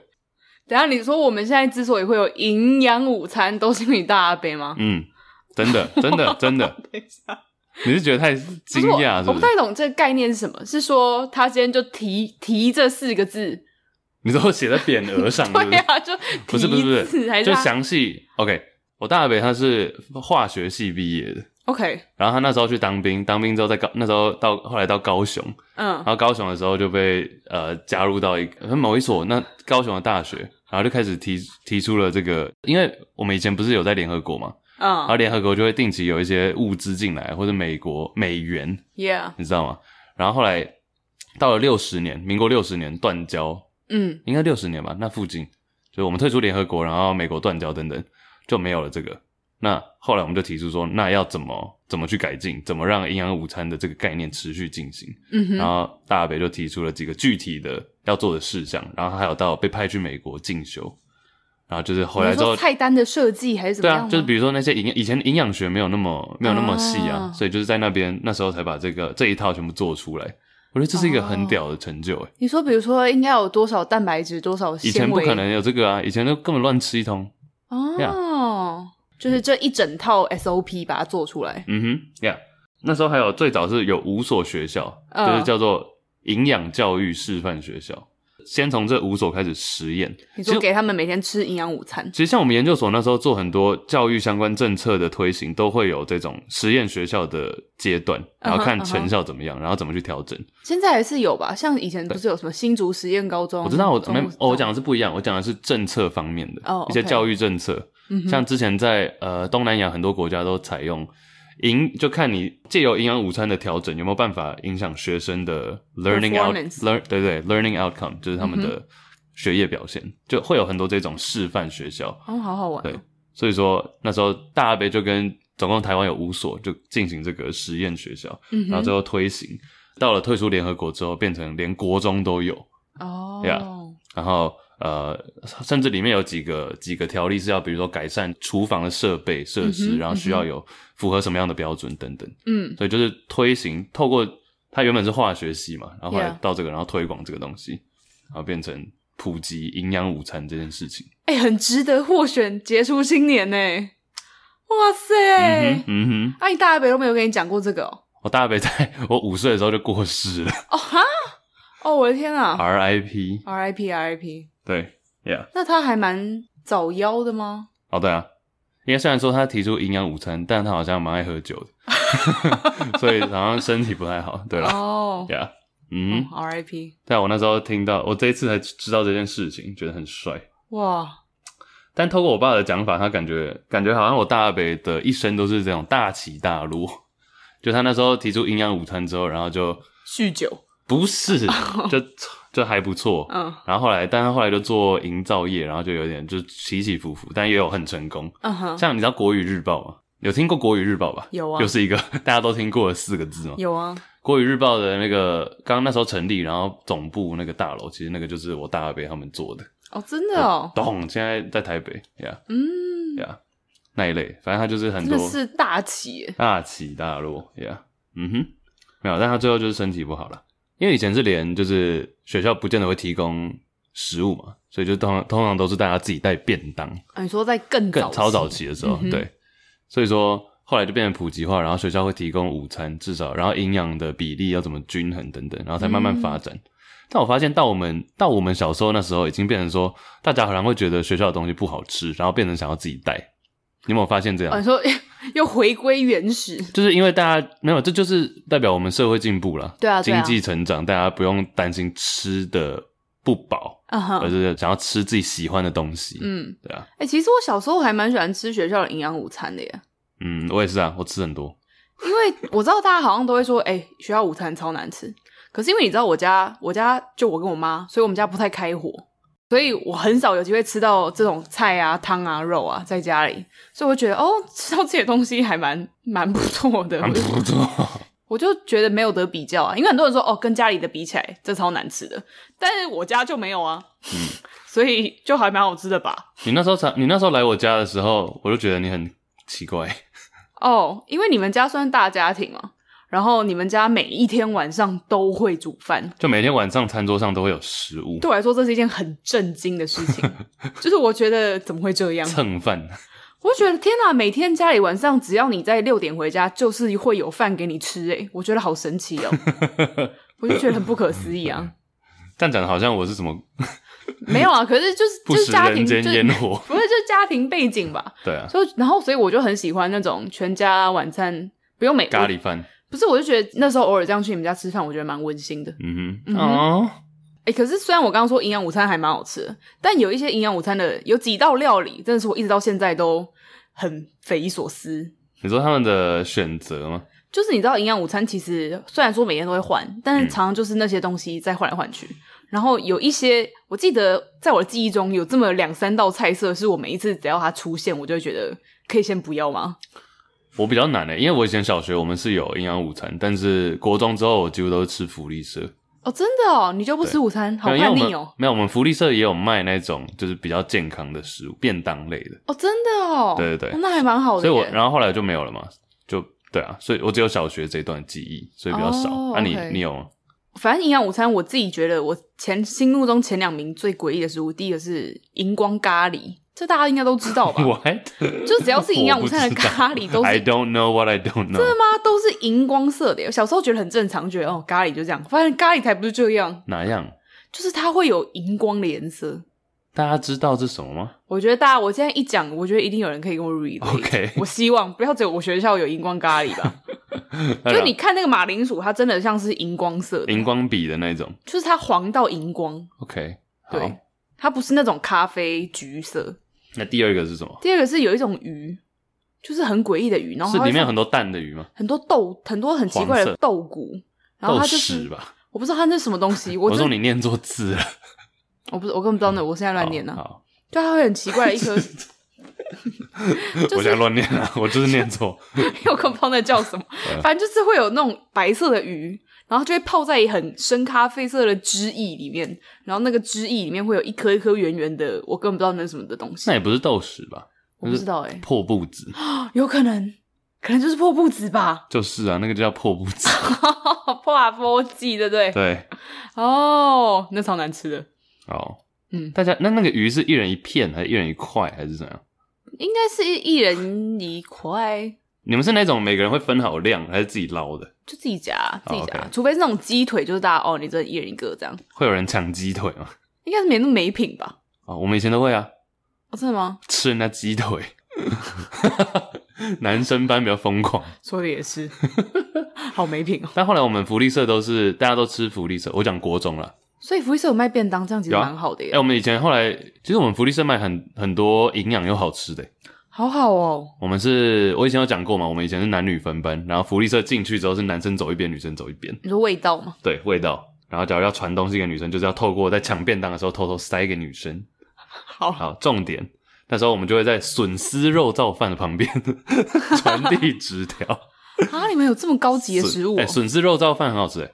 Speaker 2: 等一下，你说我们现在之所以会有营养午餐，都是因为你大阿伯吗？
Speaker 1: 嗯，真的，真的，真的，
Speaker 2: 等一下，
Speaker 1: 你是觉得太
Speaker 2: 可
Speaker 1: 惊
Speaker 2: 是我
Speaker 1: 讶是
Speaker 2: 我
Speaker 1: 不
Speaker 2: 不
Speaker 1: 是？
Speaker 2: 太懂这个概念是什么，是说他今天就提提这四个字，
Speaker 1: 你都写在匾额 上，是不
Speaker 2: 对
Speaker 1: 是？
Speaker 2: 啊，就
Speaker 1: 不是不是不
Speaker 2: 提字还
Speaker 1: 是，
Speaker 2: 是
Speaker 1: 就
Speaker 2: 他
Speaker 1: 详细 OK。我大北他是化学系毕业的，
Speaker 2: OK，
Speaker 1: 然后他那时候去当兵，当兵之后在高那时候到后来到高雄，
Speaker 2: 嗯
Speaker 1: 然，后高雄的时候就被呃加入到一个某一所那高雄的大学，然后就开始提提出了这个，因为我们以前不是有在联合国嘛，然后
Speaker 2: 嗯
Speaker 1: 联合国就会定期有一些物资进来或者美国美元，
Speaker 2: ，Yeah，
Speaker 1: 你知道吗？然后后来到了六十年，民国六十年断交，
Speaker 2: 嗯
Speaker 1: 应该六十年吧，那附近就是我们退出联合国，然后美国断交等等，就没有了这个。那后来我们就提出说，那要怎么怎么去改进，怎么让营养午餐的这个概念持续进行？
Speaker 2: 嗯
Speaker 1: 然
Speaker 2: 哼，
Speaker 1: 后大北就提出了几个具体的要做的事项，然后还有到被派去美国进修，然后就是回来
Speaker 2: 你
Speaker 1: 之
Speaker 2: 说
Speaker 1: 后，
Speaker 2: 菜单的设计还是怎
Speaker 1: 对
Speaker 2: 么样
Speaker 1: 啊
Speaker 2: 吗？，
Speaker 1: 就是比如说那些营以前营养学没有那么没有那么细啊，
Speaker 2: 啊
Speaker 1: 所以就是在那边那时候才把这个这一套全部做出来。我觉得这是一个很
Speaker 2: 哦
Speaker 1: 屌的成就诶、欸
Speaker 2: 你说，比如说应该有多少蛋白质，多少
Speaker 1: 以前
Speaker 2: 纤
Speaker 1: 不
Speaker 2: 维？
Speaker 1: 可能有这个啊，以前都根本乱吃一通。
Speaker 2: 哦，就是这一整套 SOP 把它做出来。
Speaker 1: 嗯哼，呀、那时候还有最早是有五所学校，
Speaker 2: 嗯
Speaker 1: 就是叫做营养教育示范学校，先从这五所开始实验。
Speaker 2: 你
Speaker 1: 其
Speaker 2: 说
Speaker 1: 实
Speaker 2: 给他们每天吃营养午餐，
Speaker 1: 其实像我们研究所那时候做很多教育相关政策的推行，都会有这种实验学校的阶段，然后
Speaker 2: 嗯哼
Speaker 1: 看
Speaker 2: 嗯哼
Speaker 1: 成效怎么样，然后怎么去调整。
Speaker 2: 现在还是有吧？像以前不是有什么新竹实验高中？
Speaker 1: 我知道我
Speaker 2: 中
Speaker 1: 没哦，我讲
Speaker 2: 中
Speaker 1: 的是不一样，我讲的是政策方面的
Speaker 2: 哦
Speaker 1: 一些
Speaker 2: OK
Speaker 1: 教育政策，
Speaker 2: 嗯哼
Speaker 1: 像之前在呃东南亚很多国家都采用营，就看你借由营养午餐的调整有没有办法影响学生的 learning out
Speaker 2: Performance 嗯
Speaker 1: learn 对对 learning outcome 就是他们的学业表现，就会有很多这种示范学校。
Speaker 2: 哦，好好玩哦。
Speaker 1: 对所以说那时候大阿杯就跟总共台湾有五所就进行这个实验学校，
Speaker 2: 嗯哼
Speaker 1: 然后最后推行。到了退出联合国之后，变成连国中都有，
Speaker 2: 哦
Speaker 1: Yeah 然后呃，甚至里面有几个几个条例是要，比如说改善厨房的设备设施，
Speaker 2: 嗯哼
Speaker 1: 然后需要有符合什么样的标准等等。
Speaker 2: 嗯
Speaker 1: 所以就是推行，透过它原本是化学系嘛，然后后来
Speaker 2: Yeah
Speaker 1: 到这个，然后推广这个东西，然后变成普及营养午餐这件事情。
Speaker 2: 哎、很值得获选杰出青年呢！哇塞，
Speaker 1: 嗯哼，嗯哼，
Speaker 2: 啊，你大北都没有跟你讲过这个哦？
Speaker 1: 我大伯在我五岁的时候就过世了
Speaker 2: 哦哈，哦我的天啊
Speaker 1: ，RIP。
Speaker 2: ，RIP RIP，
Speaker 1: 对，Yeah，
Speaker 2: 那他还蛮早夭的吗？
Speaker 1: 哦对啊，因为虽然说他提出营养午餐，但他好像蛮爱喝酒的， 所以好像身体不太好。对了。
Speaker 2: 哦，
Speaker 1: 呀，
Speaker 2: 嗯
Speaker 1: 嗯，
Speaker 2: ，RIP，
Speaker 1: 对啊，我那时候听到，我这一次才知道这件事情，觉得很帅。
Speaker 2: 哇，
Speaker 1: 但透过我爸的讲法，他感觉感觉好像我大阿北的一生都是这种大起大落。 就他那时候提出营养午餐之后，然后就
Speaker 2: 酗酒，
Speaker 1: 不 是，就就还不错。
Speaker 2: 嗯
Speaker 1: 然后后来，但他后来就做营造业，然后就有点就起起伏伏，但也有很成功。
Speaker 2: 嗯哼，
Speaker 1: 像你知道国语日报吗？有听过国语日报吧？
Speaker 2: 有啊
Speaker 1: 又是一个 大家都听过的四个字吗？
Speaker 2: 有啊，
Speaker 1: 国语日报的那个，刚刚那时候成立，然后总部那个大楼，其实那个就是我大阿伯他们做的。
Speaker 2: 哦，真的哦，
Speaker 1: 懂，现在在台北呀
Speaker 2: 嗯，
Speaker 1: 呀、那一类，反正他就是很
Speaker 2: 真
Speaker 1: 多
Speaker 2: 的是大气耶，
Speaker 1: 大起大落呀嗯哼，没有，但他最后就是身体不好了，因为以前是连就是学校不见得会提供食物嘛，所以就通常通常都是大家自己带便当，
Speaker 2: 啊你说在更
Speaker 1: 更
Speaker 2: 早
Speaker 1: 超早
Speaker 2: 期，
Speaker 1: 期的时候，
Speaker 2: 嗯哼
Speaker 1: 对，所以说后来就变成普及化，然后学校会提供午餐，至少然后营养的比例要怎么均衡等等，然后才慢慢发展。
Speaker 2: 嗯
Speaker 1: 但我发现到我们到我们小时候那时候，已经变成说大家好像会觉得学校的东西不好吃，然后变成想要自己带。你有没有发现这样？
Speaker 2: 哦，你说 又回归原始，
Speaker 1: 就是因为大家没有，这就是代表我们社会进步了，
Speaker 2: 对啊对
Speaker 1: 经
Speaker 2: 啊
Speaker 1: 济成长，大家不用担心吃的不饱，
Speaker 2: 嗯
Speaker 1: 而
Speaker 2: 哼，
Speaker 1: 是想要吃自己喜欢的东西。，
Speaker 2: 嗯，
Speaker 1: 对啊，
Speaker 2: 哎、其实我小时候还蛮喜欢吃学校的营养午餐的耶，
Speaker 1: 嗯，我也是啊，我吃很 多。
Speaker 2: 因为我知道大家好像都会说，哎、学校午餐超难吃。可是因为你知道我家，我家就我跟我妈，所以我们家不太开火，所以我很少有机会吃到这种菜啊、汤啊、肉啊，在家里，所以我觉得哦，吃到这些东西还蛮蛮不错的。
Speaker 1: 蛮不错。
Speaker 2: 我就觉得没有得比较啊，因为很多人说哦，跟家里的比起来，这超难吃的，但是我家就没有啊，
Speaker 1: 嗯
Speaker 2: 所以就还蛮好吃的吧。
Speaker 1: 你那时候才，你那时候来我家的时候，我就觉得你很奇怪。
Speaker 2: 哦，因为你们家算大家庭嘛，然后你们家每一天晚上都会煮饭，
Speaker 1: 就每天晚上餐桌上都会有食物，
Speaker 2: 对啊我来说，这是一件很震惊的事情，就是我觉得怎么会这样？
Speaker 1: 蹭饭。
Speaker 2: 我觉得天哪，每天家里晚上只要你在六点回家，就是会有饭给你吃、欸，哎，我觉得好神奇 哦、我就觉得很不可思议啊。
Speaker 1: 但讲的好像我是什么
Speaker 2: 没有啊，可是就是
Speaker 1: 嗯 不
Speaker 2: 就
Speaker 1: 食
Speaker 2: 是家
Speaker 1: 人
Speaker 2: 庭就
Speaker 1: 间
Speaker 2: 是
Speaker 1: 烟火，
Speaker 2: 不是就是家庭背景吧？
Speaker 1: 对啊，
Speaker 2: 所以然后所以我就很喜欢那种全家晚餐不用每
Speaker 1: 咖喱饭，
Speaker 2: 不是，我就觉得那时候偶尔这样去你们家吃饭，我觉得蛮温馨的。
Speaker 1: 嗯哼，
Speaker 2: 嗯哼
Speaker 1: 哦，
Speaker 2: 哎、可是虽然我刚刚说营养午餐还蛮好吃的，但有一些营养午餐的有几道料理，真的是我一直到现在都很匪夷所思。
Speaker 1: 你说他们的选择吗？
Speaker 2: 就是你知道，营养午餐其实虽然说每天都会换，但是
Speaker 1: 嗯
Speaker 2: 常常就是那些东西再换来换去。然后有一些，我记得在我的记忆中有这么两三道菜色，是我每一次只要它出现，我就会觉得可以先不要吗？
Speaker 1: 我比较难欸诶、因为我以前小学我们是有营养午餐，但是国中之后我几乎都是吃福利社，
Speaker 2: 哦，真的哦，你就不吃午餐，好
Speaker 1: 对因为我
Speaker 2: 叛逆
Speaker 1: 们
Speaker 2: 哦！
Speaker 1: 没有，我们福利社也有卖那种就是比较健康的食物，便当类的，
Speaker 2: 哦，真的哦，
Speaker 1: 对对对
Speaker 2: 哦那还蛮好的
Speaker 1: 所以
Speaker 2: 耶。
Speaker 1: 我然后后来就没有了嘛，就对啊，所以我只有小学这一段记忆，所以比较少。
Speaker 2: 哦
Speaker 1: 啊你，你
Speaker 2: OK
Speaker 1: 有吗？
Speaker 2: 反正营养午餐，我自己觉得我前心目中前两名最诡异的食物，第一个是荧光咖喱，这大家应该都知道 吧？
Speaker 1: 我还
Speaker 2: 就只要是营养午餐的咖喱都
Speaker 1: I
Speaker 2: 是。
Speaker 1: don't know what I don't know
Speaker 2: 对吗？都是荧光色的耶。小时候觉得很正常，觉得哦咖喱就这样。发现咖喱才不是这样，
Speaker 1: 哪样？
Speaker 2: 就是它会有荧光的颜色。
Speaker 1: 大家知道这是什么吗？
Speaker 2: 我觉得大家，我现在一讲，我觉得一定有人可以跟我 relate。
Speaker 1: OK
Speaker 2: 我希望不要只有我学校有荧光咖喱 吧。 就你看那个马铃薯，它真的像是荧光色
Speaker 1: 啊
Speaker 2: 的，
Speaker 1: 荧光笔的那种
Speaker 2: 就是它黄到荧光，
Speaker 1: ，OK，好。
Speaker 2: 对，它不是那种咖啡橘色。
Speaker 1: 那第二个是什么？
Speaker 2: 第二个是有一种鱼，就是很诡异的鱼，然后
Speaker 1: 是
Speaker 2: 它会
Speaker 1: 里面
Speaker 2: 放
Speaker 1: 很多蛋的鱼吗？
Speaker 2: 很多豆，很多很奇
Speaker 1: 黄
Speaker 2: 怪的
Speaker 1: 色
Speaker 2: 豆骨，然后
Speaker 1: 豆
Speaker 2: 它就
Speaker 1: 豉
Speaker 2: 是
Speaker 1: 吧？
Speaker 2: 我不知道它那是什么东 西，我
Speaker 1: 我
Speaker 2: 真
Speaker 1: 说你念错字了，
Speaker 2: 我不是我根本不知道那，我现在乱念
Speaker 1: 好
Speaker 2: 啊，
Speaker 1: 好
Speaker 2: 就它会很奇怪的 一颗，就是
Speaker 1: 我现在乱念 了，我就是念错。
Speaker 2: 因为我根本不知道那叫 什么，反正就是会有那种白色的鱼，然后就会泡在很深咖啡色的汁液里面，然后那个汁液里面会有一颗一颗圆圆的，我根本不知道那是什么的东西
Speaker 1: 那，也不是豆豉吧？
Speaker 2: 我不知道哎、
Speaker 1: 破布子
Speaker 2: 有可能可能就是破布子吧，
Speaker 1: 就是啊，那个就叫破布 子。
Speaker 2: 破啊破记对不对？
Speaker 1: 对，
Speaker 2: 哦，那超难吃的，
Speaker 1: 好，
Speaker 2: 嗯
Speaker 1: 哦大家那那个鱼是一人一片，还是一人一块，还是怎样？
Speaker 2: 应该是一人一块，
Speaker 1: 你们是那种每个人会分好量，还是自己捞的？
Speaker 2: 就自己夹自己夹，
Speaker 1: OK
Speaker 2: 除非是那种鸡腿，就是大家哦，你这一人一个这样，
Speaker 1: 会有人抢鸡腿吗？
Speaker 2: 应该是没那么没品吧？
Speaker 1: 啊、我们以前都会啊，
Speaker 2: 哦，真的吗？
Speaker 1: 吃人家鸡腿。 男生班比较疯狂，
Speaker 2: 说的也是， 好没品哦。
Speaker 1: 但后来我们福利社都是大家都吃福利社。我讲国中了，
Speaker 2: 所以福利社有卖便当，这样其实
Speaker 1: 有啊
Speaker 2: 蛮好的
Speaker 1: 哎、
Speaker 2: 耶，
Speaker 1: 我们以前后来，其实我们福利社卖很很多营养又好吃的、
Speaker 2: 好好哦。
Speaker 1: 我们是我以前有讲过嘛，我们以前是男女分班，然后福利社进去之后是男生走一边，女生走一边，
Speaker 2: 你说味道吗？
Speaker 1: 对味道。然后假如要传东西给女生，就是要透过在抢便当的时候偷偷塞给女生。
Speaker 2: 好，
Speaker 1: 好，重点，那时候我们就会在笋丝肉燥饭的旁边 传递纸条。
Speaker 2: 啊，你们有这么高级的
Speaker 1: 笋
Speaker 2: 食物、哦
Speaker 1: 哎，笋丝肉燥饭很好吃，哎，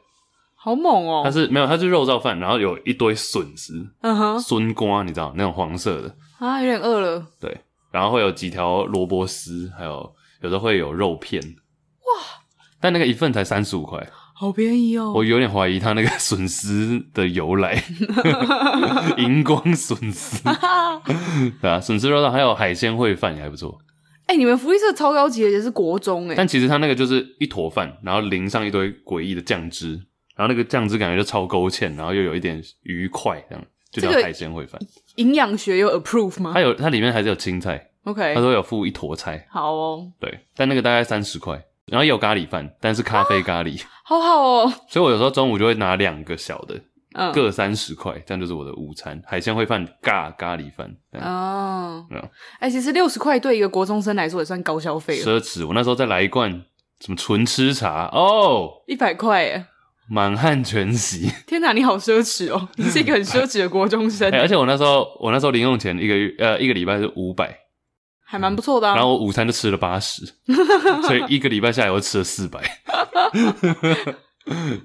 Speaker 2: 好猛哦。
Speaker 1: 它是没有，它是肉燥饭，然后有一堆笋丝、
Speaker 2: 嗯哼，
Speaker 1: 笋瓜，你知道那种黄色的，
Speaker 2: 啊，有点饿了，
Speaker 1: 对，然后会有几条萝卜丝，还有有时候会有肉片。哇！但那个一份才三十五块，
Speaker 2: 好便宜哦。
Speaker 1: 我有点怀疑它那个 笋丝的由 来， 荧光笋丝，对啊，笋丝肉燥还有海鲜烩饭也还不错，
Speaker 2: 哎、你们福利社超高级的，也是国中哎
Speaker 1: 但。其实它那个就是一坨饭，然后淋上一堆诡异的酱汁，然后那个酱汁感觉就超勾芡，然后又有一点鱼块这样，就叫
Speaker 2: 这个
Speaker 1: 海鲜烩饭。
Speaker 2: 营养学有 approve 吗
Speaker 1: 它有它里面还是有青菜，
Speaker 2: ？OK，
Speaker 1: 它都有附一坨菜，
Speaker 2: 好哦，
Speaker 1: 对，但那个大概三十块，然后也有咖喱饭，但是咖啡咖喱，
Speaker 2: 好好哦。
Speaker 1: 所以我有时候中午就会拿两个小的，
Speaker 2: 嗯，
Speaker 1: 各三十块，这样就是我的午餐，海鲜烩饭尬咖喱饭，这样
Speaker 2: 哦
Speaker 1: 嗯，
Speaker 2: 哎、其实六十块对一个国中生来说也算高消费了，
Speaker 1: 奢侈。我那时候再来一罐什么纯吃茶哦，
Speaker 2: 一百块耶！
Speaker 1: 满汉全席。
Speaker 2: 天哪，你好奢侈哦，你是一个很奢侈的国中 生
Speaker 1: 哎，，而且我那时候我那时候零用钱一个月呃一个礼拜是五百，
Speaker 2: 还蛮不错的、啊。
Speaker 1: 然后我午餐就吃了八 十，所以一个礼拜下来我吃了四百，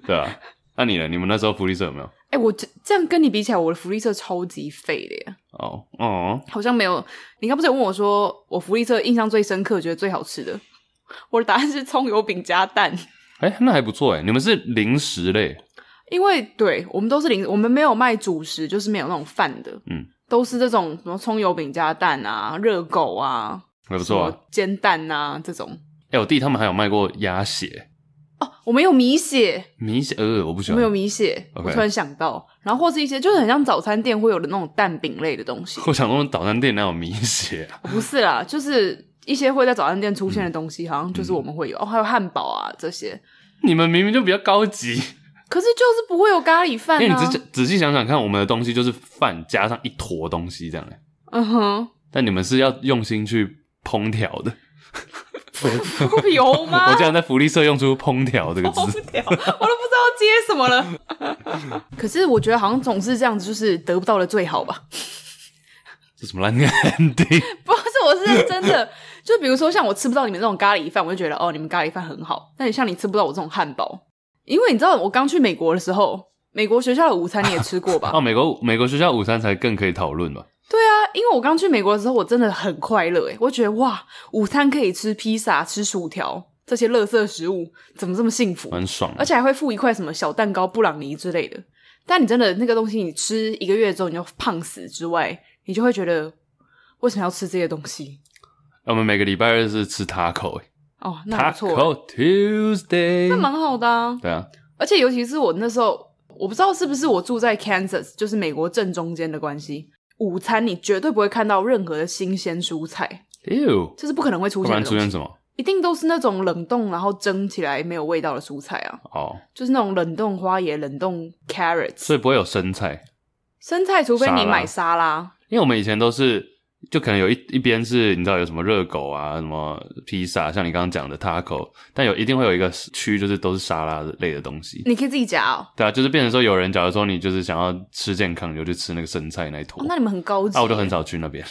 Speaker 1: 对啊。那、你呢？你们那时候福利社有没有？
Speaker 2: 哎、我这这样跟你比起来，我的福利社超级废的耶，
Speaker 1: 哦哦，
Speaker 2: 好像没有。你刚不是有问我说，我福利社印象最深刻，觉得最好吃的，我的答案是葱油饼加蛋，
Speaker 1: 哎、那还不错哎。你们是零食类，
Speaker 2: 因为对我们都是零，我们没有卖主食，就是没有那种饭的，
Speaker 1: 嗯，
Speaker 2: 都是这种什么葱油饼加蛋啊、热狗啊，
Speaker 1: 也不错
Speaker 2: 什
Speaker 1: 啊。
Speaker 2: 么煎蛋啊这种。
Speaker 1: 哎、我弟他们还有卖过鸭血、
Speaker 2: 哦，我们有米血，
Speaker 1: 米血，呃，我不喜
Speaker 2: 我
Speaker 1: 欢。
Speaker 2: 们有米血
Speaker 1: OK
Speaker 2: 我突然想到，然后或是一些就是很像早餐店会有的那种蛋饼类的
Speaker 1: ，
Speaker 2: 东西
Speaker 1: 我想问早餐店哪有米血啊？
Speaker 2: 不是啦，就是一些会在早餐店出现的东西，好像就是我们
Speaker 1: 嗯
Speaker 2: 会有、哦，还有汉堡啊这些，
Speaker 1: 你们明明就比较高级，
Speaker 2: 可是就是不会有咖喱饭
Speaker 1: 因为你
Speaker 2: 啊
Speaker 1: 仔，细仔细想想看，我们的东西就是饭加上一坨东西这样、欸，
Speaker 2: 嗯哼，
Speaker 1: 但你们是要用心去烹调的。
Speaker 2: 有吗？
Speaker 1: 我竟然在福利社用出“烹调”这个
Speaker 2: 疯
Speaker 1: 字，
Speaker 2: 掉，我都不知道接什么了。 可是我觉得好像总是这样子，就是得不到的最好吧。
Speaker 1: 这什么烂 ending？
Speaker 2: 不是，我是认真的。就比如说像我吃不到你们这种咖喱饭，我就觉得哦，你们咖喱饭很好。但你像你吃不到我这种汉堡，因为你知道我刚去美国的时候，美国学校的午餐你也吃过吧
Speaker 1: 哦，？美国美国学校午餐才更可以讨论吧？
Speaker 2: 对啊，因为我刚去美国的时候，我真的很快乐欸诶，我觉得哇，午餐可以吃披萨、吃薯条这些垃圾食物，怎么这么幸福？
Speaker 1: 蛮爽的，
Speaker 2: 而且还会附一块什么小蛋糕、布朗尼之类的。但你真的那个东西，你吃一个月之后你就胖死之外，你就会觉得为什么要吃这些东西？
Speaker 1: 哎我们每个礼拜二是吃 taco，欸
Speaker 2: 哦，那不错，
Speaker 1: Taco Tuesday，
Speaker 2: 那蛮好的啊。
Speaker 1: 对啊，
Speaker 2: 而且尤其是我那时候，我不知道是不是我住在 Kansas，就是美国正中间的关系，午餐你绝对不会看到任何的新鲜蔬菜，
Speaker 1: 哎呦，
Speaker 2: 这是不可能会出
Speaker 1: 不
Speaker 2: 现
Speaker 1: 然
Speaker 2: 的
Speaker 1: 出
Speaker 2: 东
Speaker 1: 现
Speaker 2: 西。
Speaker 1: 什么？
Speaker 2: 一定都是那种冷冻然后蒸起来没有味道的蔬菜啊，
Speaker 1: 哦，
Speaker 2: 就是那种冷冻花椰、冷冻 carrots。
Speaker 1: 所以不会有生菜，
Speaker 2: 生菜，除非
Speaker 1: 沙
Speaker 2: 你
Speaker 1: 拉
Speaker 2: 买沙拉，
Speaker 1: 因为我们以前都是。就可能有一一边是你知道有什么热狗啊，什么披萨，像你刚刚讲的 taco，但有一定会有一个区就是都是沙拉类的东西，
Speaker 2: 你可以自己夹哦。
Speaker 1: 对啊，就是变成说有人假如说你就是想要吃健康，你就去吃那个生菜那一坨，
Speaker 2: 哦，那你们很高级。
Speaker 1: 啊我就很少去那边，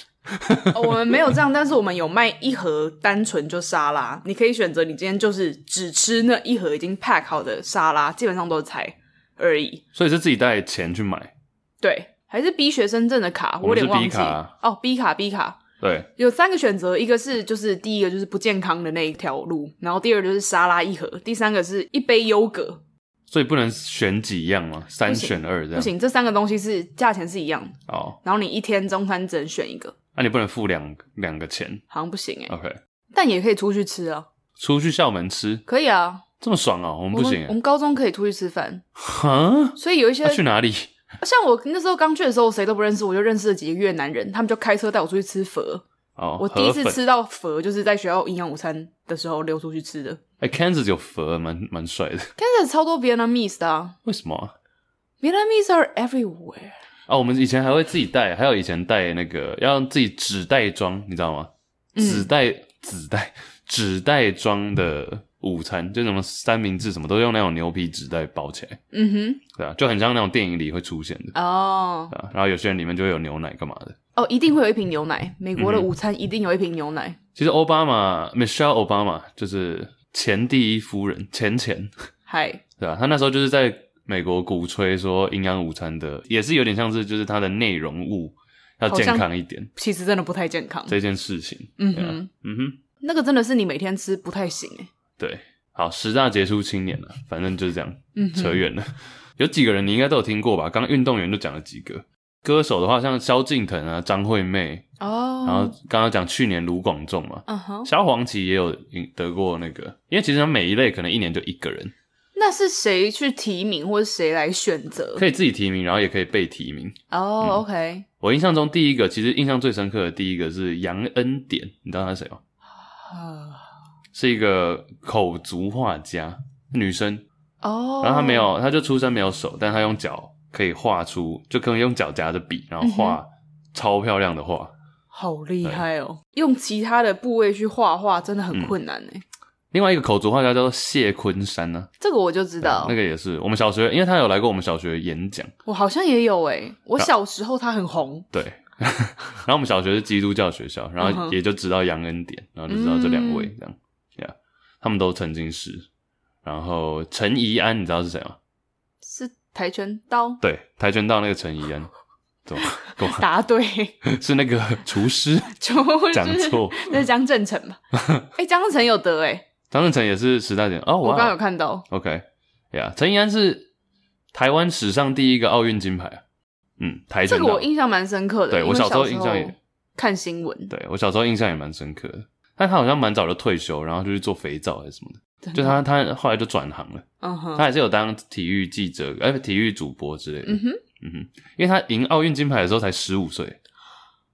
Speaker 2: 哦我们没有这样，但是我们有卖一盒单纯就沙拉，你可以选择你今天就是只吃那一盒已经 pack 好的沙拉，基本上都是菜而已。
Speaker 1: 所以是自己带钱去买，
Speaker 2: 对，还是 B 学生证的卡，
Speaker 1: 我
Speaker 2: 有
Speaker 1: 们是
Speaker 2: 点忘
Speaker 1: B
Speaker 2: 记
Speaker 1: 卡啊
Speaker 2: 哦，B 卡 B 卡。
Speaker 1: 对，
Speaker 2: 有三个选择，一个是就是第一个就是不健康的那一条路，然后第二个就是沙拉一盒，第三个是一杯优格。
Speaker 1: 所以不能选几样吗？三
Speaker 2: 不行
Speaker 1: 选二这样
Speaker 2: 不行，这三个东西是价钱是一样的，
Speaker 1: 哦，啊
Speaker 2: 然后你一天中餐只能选一个，
Speaker 1: 那、你不能付两两个钱
Speaker 2: 好像不行哎、
Speaker 1: ，OK，
Speaker 2: 但也可以出去吃啊，
Speaker 1: 出去校门吃
Speaker 2: 可以啊，
Speaker 1: 这么爽哦，我们
Speaker 2: 我
Speaker 1: 不
Speaker 2: 们
Speaker 1: 行
Speaker 2: 我
Speaker 1: 欸
Speaker 2: 们高中可以出去吃饭，
Speaker 1: 哈，
Speaker 2: 所以有一些
Speaker 1: 要去哪里？
Speaker 2: 像我那时候刚去的时候，我谁都不认识，我就认识了几个越南人，他们就开车带我出去吃粉。
Speaker 1: 哦，
Speaker 2: 我第一次
Speaker 1: 河粉。
Speaker 2: 吃到粉，就是在学校营养午餐的时候溜出去吃的。
Speaker 1: 哎、k a n s a s 有佛，蛮蛮帅的。
Speaker 2: Kansas 超多 Vietnamese 的、啊、
Speaker 1: 为什么啊？
Speaker 2: ，Vietnamese are everywhere。
Speaker 1: 哦，我们以前还会自己带，还有以前带那个要自己纸袋装，你知道吗？
Speaker 2: 嗯
Speaker 1: 纸袋纸袋 纸袋装的午餐，就什么三明治什么都用那种牛皮纸袋包起来，
Speaker 2: 嗯
Speaker 1: 对啊，就很像那种电影里会出现的，
Speaker 2: 哼，哦
Speaker 1: 对啊。然后有些人里面就会有牛奶干嘛的。
Speaker 2: 哦，一定会有一瓶牛奶，美国的
Speaker 1: 嗯哼
Speaker 2: 午餐一定有一瓶牛奶。
Speaker 1: 其实奥巴马 Michelle Obama 就是前第一夫人，前前
Speaker 2: 嗨，
Speaker 1: 对吧、啊？他那时候就是在美国鼓吹说营养午餐的，也是有点像是就是它的内容物要健康一点
Speaker 2: 其实真的不太健康。
Speaker 1: 这件事情。
Speaker 2: 嗯
Speaker 1: 对啊
Speaker 2: 哼，
Speaker 1: 嗯哼，
Speaker 2: 那个真的是你每天吃不太行哎。
Speaker 1: 对，好，十大杰出青年了、反正就是这样，
Speaker 2: 嗯哼
Speaker 1: 扯远了。 有几个人你应该都有听过吧？刚刚运动员就讲了几个，歌手的话像萧敬腾啊、张惠妹，然后
Speaker 2: 哦，
Speaker 1: 刚刚讲去年卢广仲嘛，
Speaker 2: 嗯哼，
Speaker 1: 萧煌奇也有赢得过那个，因为其实他每一类可能一年就一个人，
Speaker 2: 那是谁去提名或者谁来选择
Speaker 1: 可？以自己提名，然后也可以被提名。嗯
Speaker 2: 哦，OK，
Speaker 1: 我印象中第一个，其实印象最深刻的第一个是杨恩典，你知道他是谁吗？
Speaker 2: 啊。
Speaker 1: 是一个口足画家，女生，
Speaker 2: 哦，
Speaker 1: 然后她没有，她就出生没有手，但她用脚可以画出，就可以用脚夹着笔，然后画超漂亮的画。
Speaker 2: 好厉害哦！用其他的部位去画画真的
Speaker 1: 嗯
Speaker 2: 很困难哎、
Speaker 1: 另外一个口足画家叫做谢坤山呢、
Speaker 2: 这个我就知道，
Speaker 1: 那个也是我们小学，因为他有来过我们小学演讲，
Speaker 2: 我好像也有哎、我
Speaker 1: 啊
Speaker 2: 小时候他很红，
Speaker 1: 对。 然后我们小学是基督教学校，然
Speaker 2: 嗯
Speaker 1: 后
Speaker 2: 哼
Speaker 1: 也就知道杨恩典，然后就知道这两位
Speaker 2: 嗯
Speaker 1: 这样，呀、yeah,，他们都曾经是。然后陈怡安，你知道是谁吗？
Speaker 2: 是跆拳道。
Speaker 1: 对，跆拳道那个陈怡安，怎么跟我
Speaker 2: 答对，
Speaker 1: 是那个厨师
Speaker 2: 就是
Speaker 1: 讲错，
Speaker 2: 那是江 正成吧？哎、江正成有得哎、
Speaker 1: 张振成也是十大点哦，
Speaker 2: 我
Speaker 1: 哇
Speaker 2: 刚刚有看到，
Speaker 1: ，OK，呀，陈怡安是台湾史上第一个奥运金牌，嗯，跆拳
Speaker 2: 这
Speaker 1: 道，
Speaker 2: 个我印象蛮深刻的。
Speaker 1: 对
Speaker 2: 因为
Speaker 1: 我
Speaker 2: 小
Speaker 1: 时候印象也
Speaker 2: 看新闻，
Speaker 1: 对我小时候印象也蛮深刻的。但他好像蛮早就退休，然后就去做肥皂还是什么的，
Speaker 2: 真的
Speaker 1: 就他他后来就转行了，
Speaker 2: 嗯哼
Speaker 1: 他，还是有当体育记者，哎、体育主播之类的。
Speaker 2: 嗯哼，
Speaker 1: 嗯哼，因为他赢奥运金牌的时候才十五岁，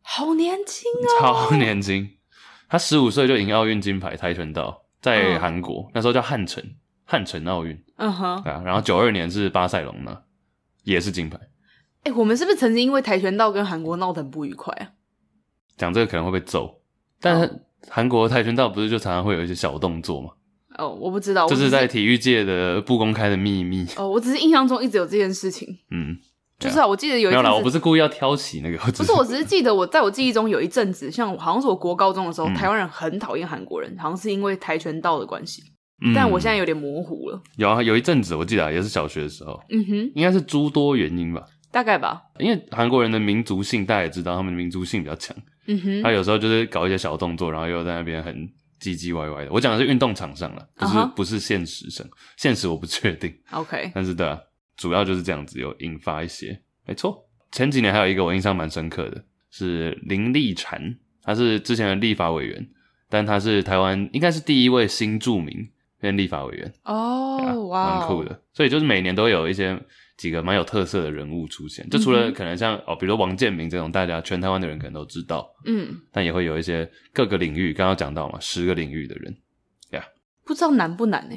Speaker 2: 好年轻哦，
Speaker 1: 超年轻。他十五岁就赢奥运金牌跆拳道，在
Speaker 2: 嗯
Speaker 1: 韩国、那时候叫汉城，汉城奥运
Speaker 2: 嗯哼，
Speaker 1: 对啊。然后九二年是巴塞隆那，也是金牌。
Speaker 2: 哎、我们是不是曾经因为跆拳道跟韩国闹得很不愉快啊？
Speaker 1: 讲这个可能会被揍，但是韩国跆拳道不是就常常会有一些小动作嘛，
Speaker 2: 哦，我不知道，我
Speaker 1: 这
Speaker 2: 只
Speaker 1: 是在体育界的不公开的秘密。
Speaker 2: 哦，我只是印象中一直有这件事情，
Speaker 1: 嗯，对
Speaker 2: 就
Speaker 1: 啊
Speaker 2: 是、啊、我记得有一
Speaker 1: 没有啦，我不
Speaker 2: 是
Speaker 1: 是故意要挑起那个，我只
Speaker 2: 不是，我只是记得我在我记忆中有一阵子，像我好像是我国高中的时候，
Speaker 1: 嗯
Speaker 2: 台湾人很讨厌韩国人，好像是因为跆拳道的关系，
Speaker 1: 嗯
Speaker 2: 但我现在有点模糊了，
Speaker 1: 有啊，有一阵子我记得、啊、也是小学的时候，
Speaker 2: 嗯哼，
Speaker 1: 应该是诸多原因吧。
Speaker 2: 大概吧，嗯
Speaker 1: 因为韩国人的民族性，大家也知道，他们的民族性比较强。
Speaker 2: 嗯哼，
Speaker 1: 他有时候就是搞一些小动作，然后又在那边很唧唧歪歪的。我讲的是运动场上了，不
Speaker 2: 啊
Speaker 1: 是、
Speaker 2: 哈
Speaker 1: 不是现实上，现实我不确定。
Speaker 2: OK，
Speaker 1: 但是对啊，主要就是这样子，有引发一些，没错。前几年还有一个我印象蛮深刻的，是林立禅，他是之前的立法委员，但他是台湾应该是第一位新著名变立法委员，对啊
Speaker 2: 哦，哇、
Speaker 1: 蛮酷，的。所以就是每年都有一些几个蛮有特色的人物出现，就除
Speaker 2: 嗯
Speaker 1: 了
Speaker 2: 哼
Speaker 1: 可能像哦，比如说王建民这种，大家全台湾的人可能都知道，
Speaker 2: 嗯，
Speaker 1: 但也会有一些各个领域，刚刚讲到嘛，十个领域的人。
Speaker 2: 不知道难不难呢、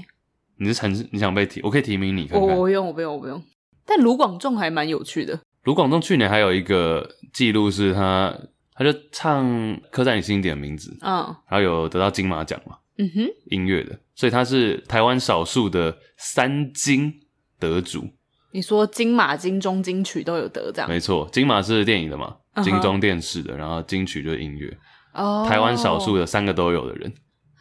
Speaker 1: 你是很你想被提，我可以提名你看
Speaker 2: 我
Speaker 1: 看。
Speaker 2: 我不用我不用我不用，但卢广仲还蛮有趣的，
Speaker 1: 卢广仲去年还有一个记录是他，他就唱《刻在你心底的名字》，
Speaker 2: 嗯
Speaker 1: 然后有得到金马奖嘛，
Speaker 2: 嗯哼，
Speaker 1: 音乐的，所以他是台湾少数的三金得主。
Speaker 2: 你说金马、金钟、金曲都有得这样，
Speaker 1: 没错，金马是电影的嘛，
Speaker 2: 啊嗯哼
Speaker 1: 金钟电视的，然后金曲就是音乐，
Speaker 2: 哦，
Speaker 1: 台湾少数的三个都有的人，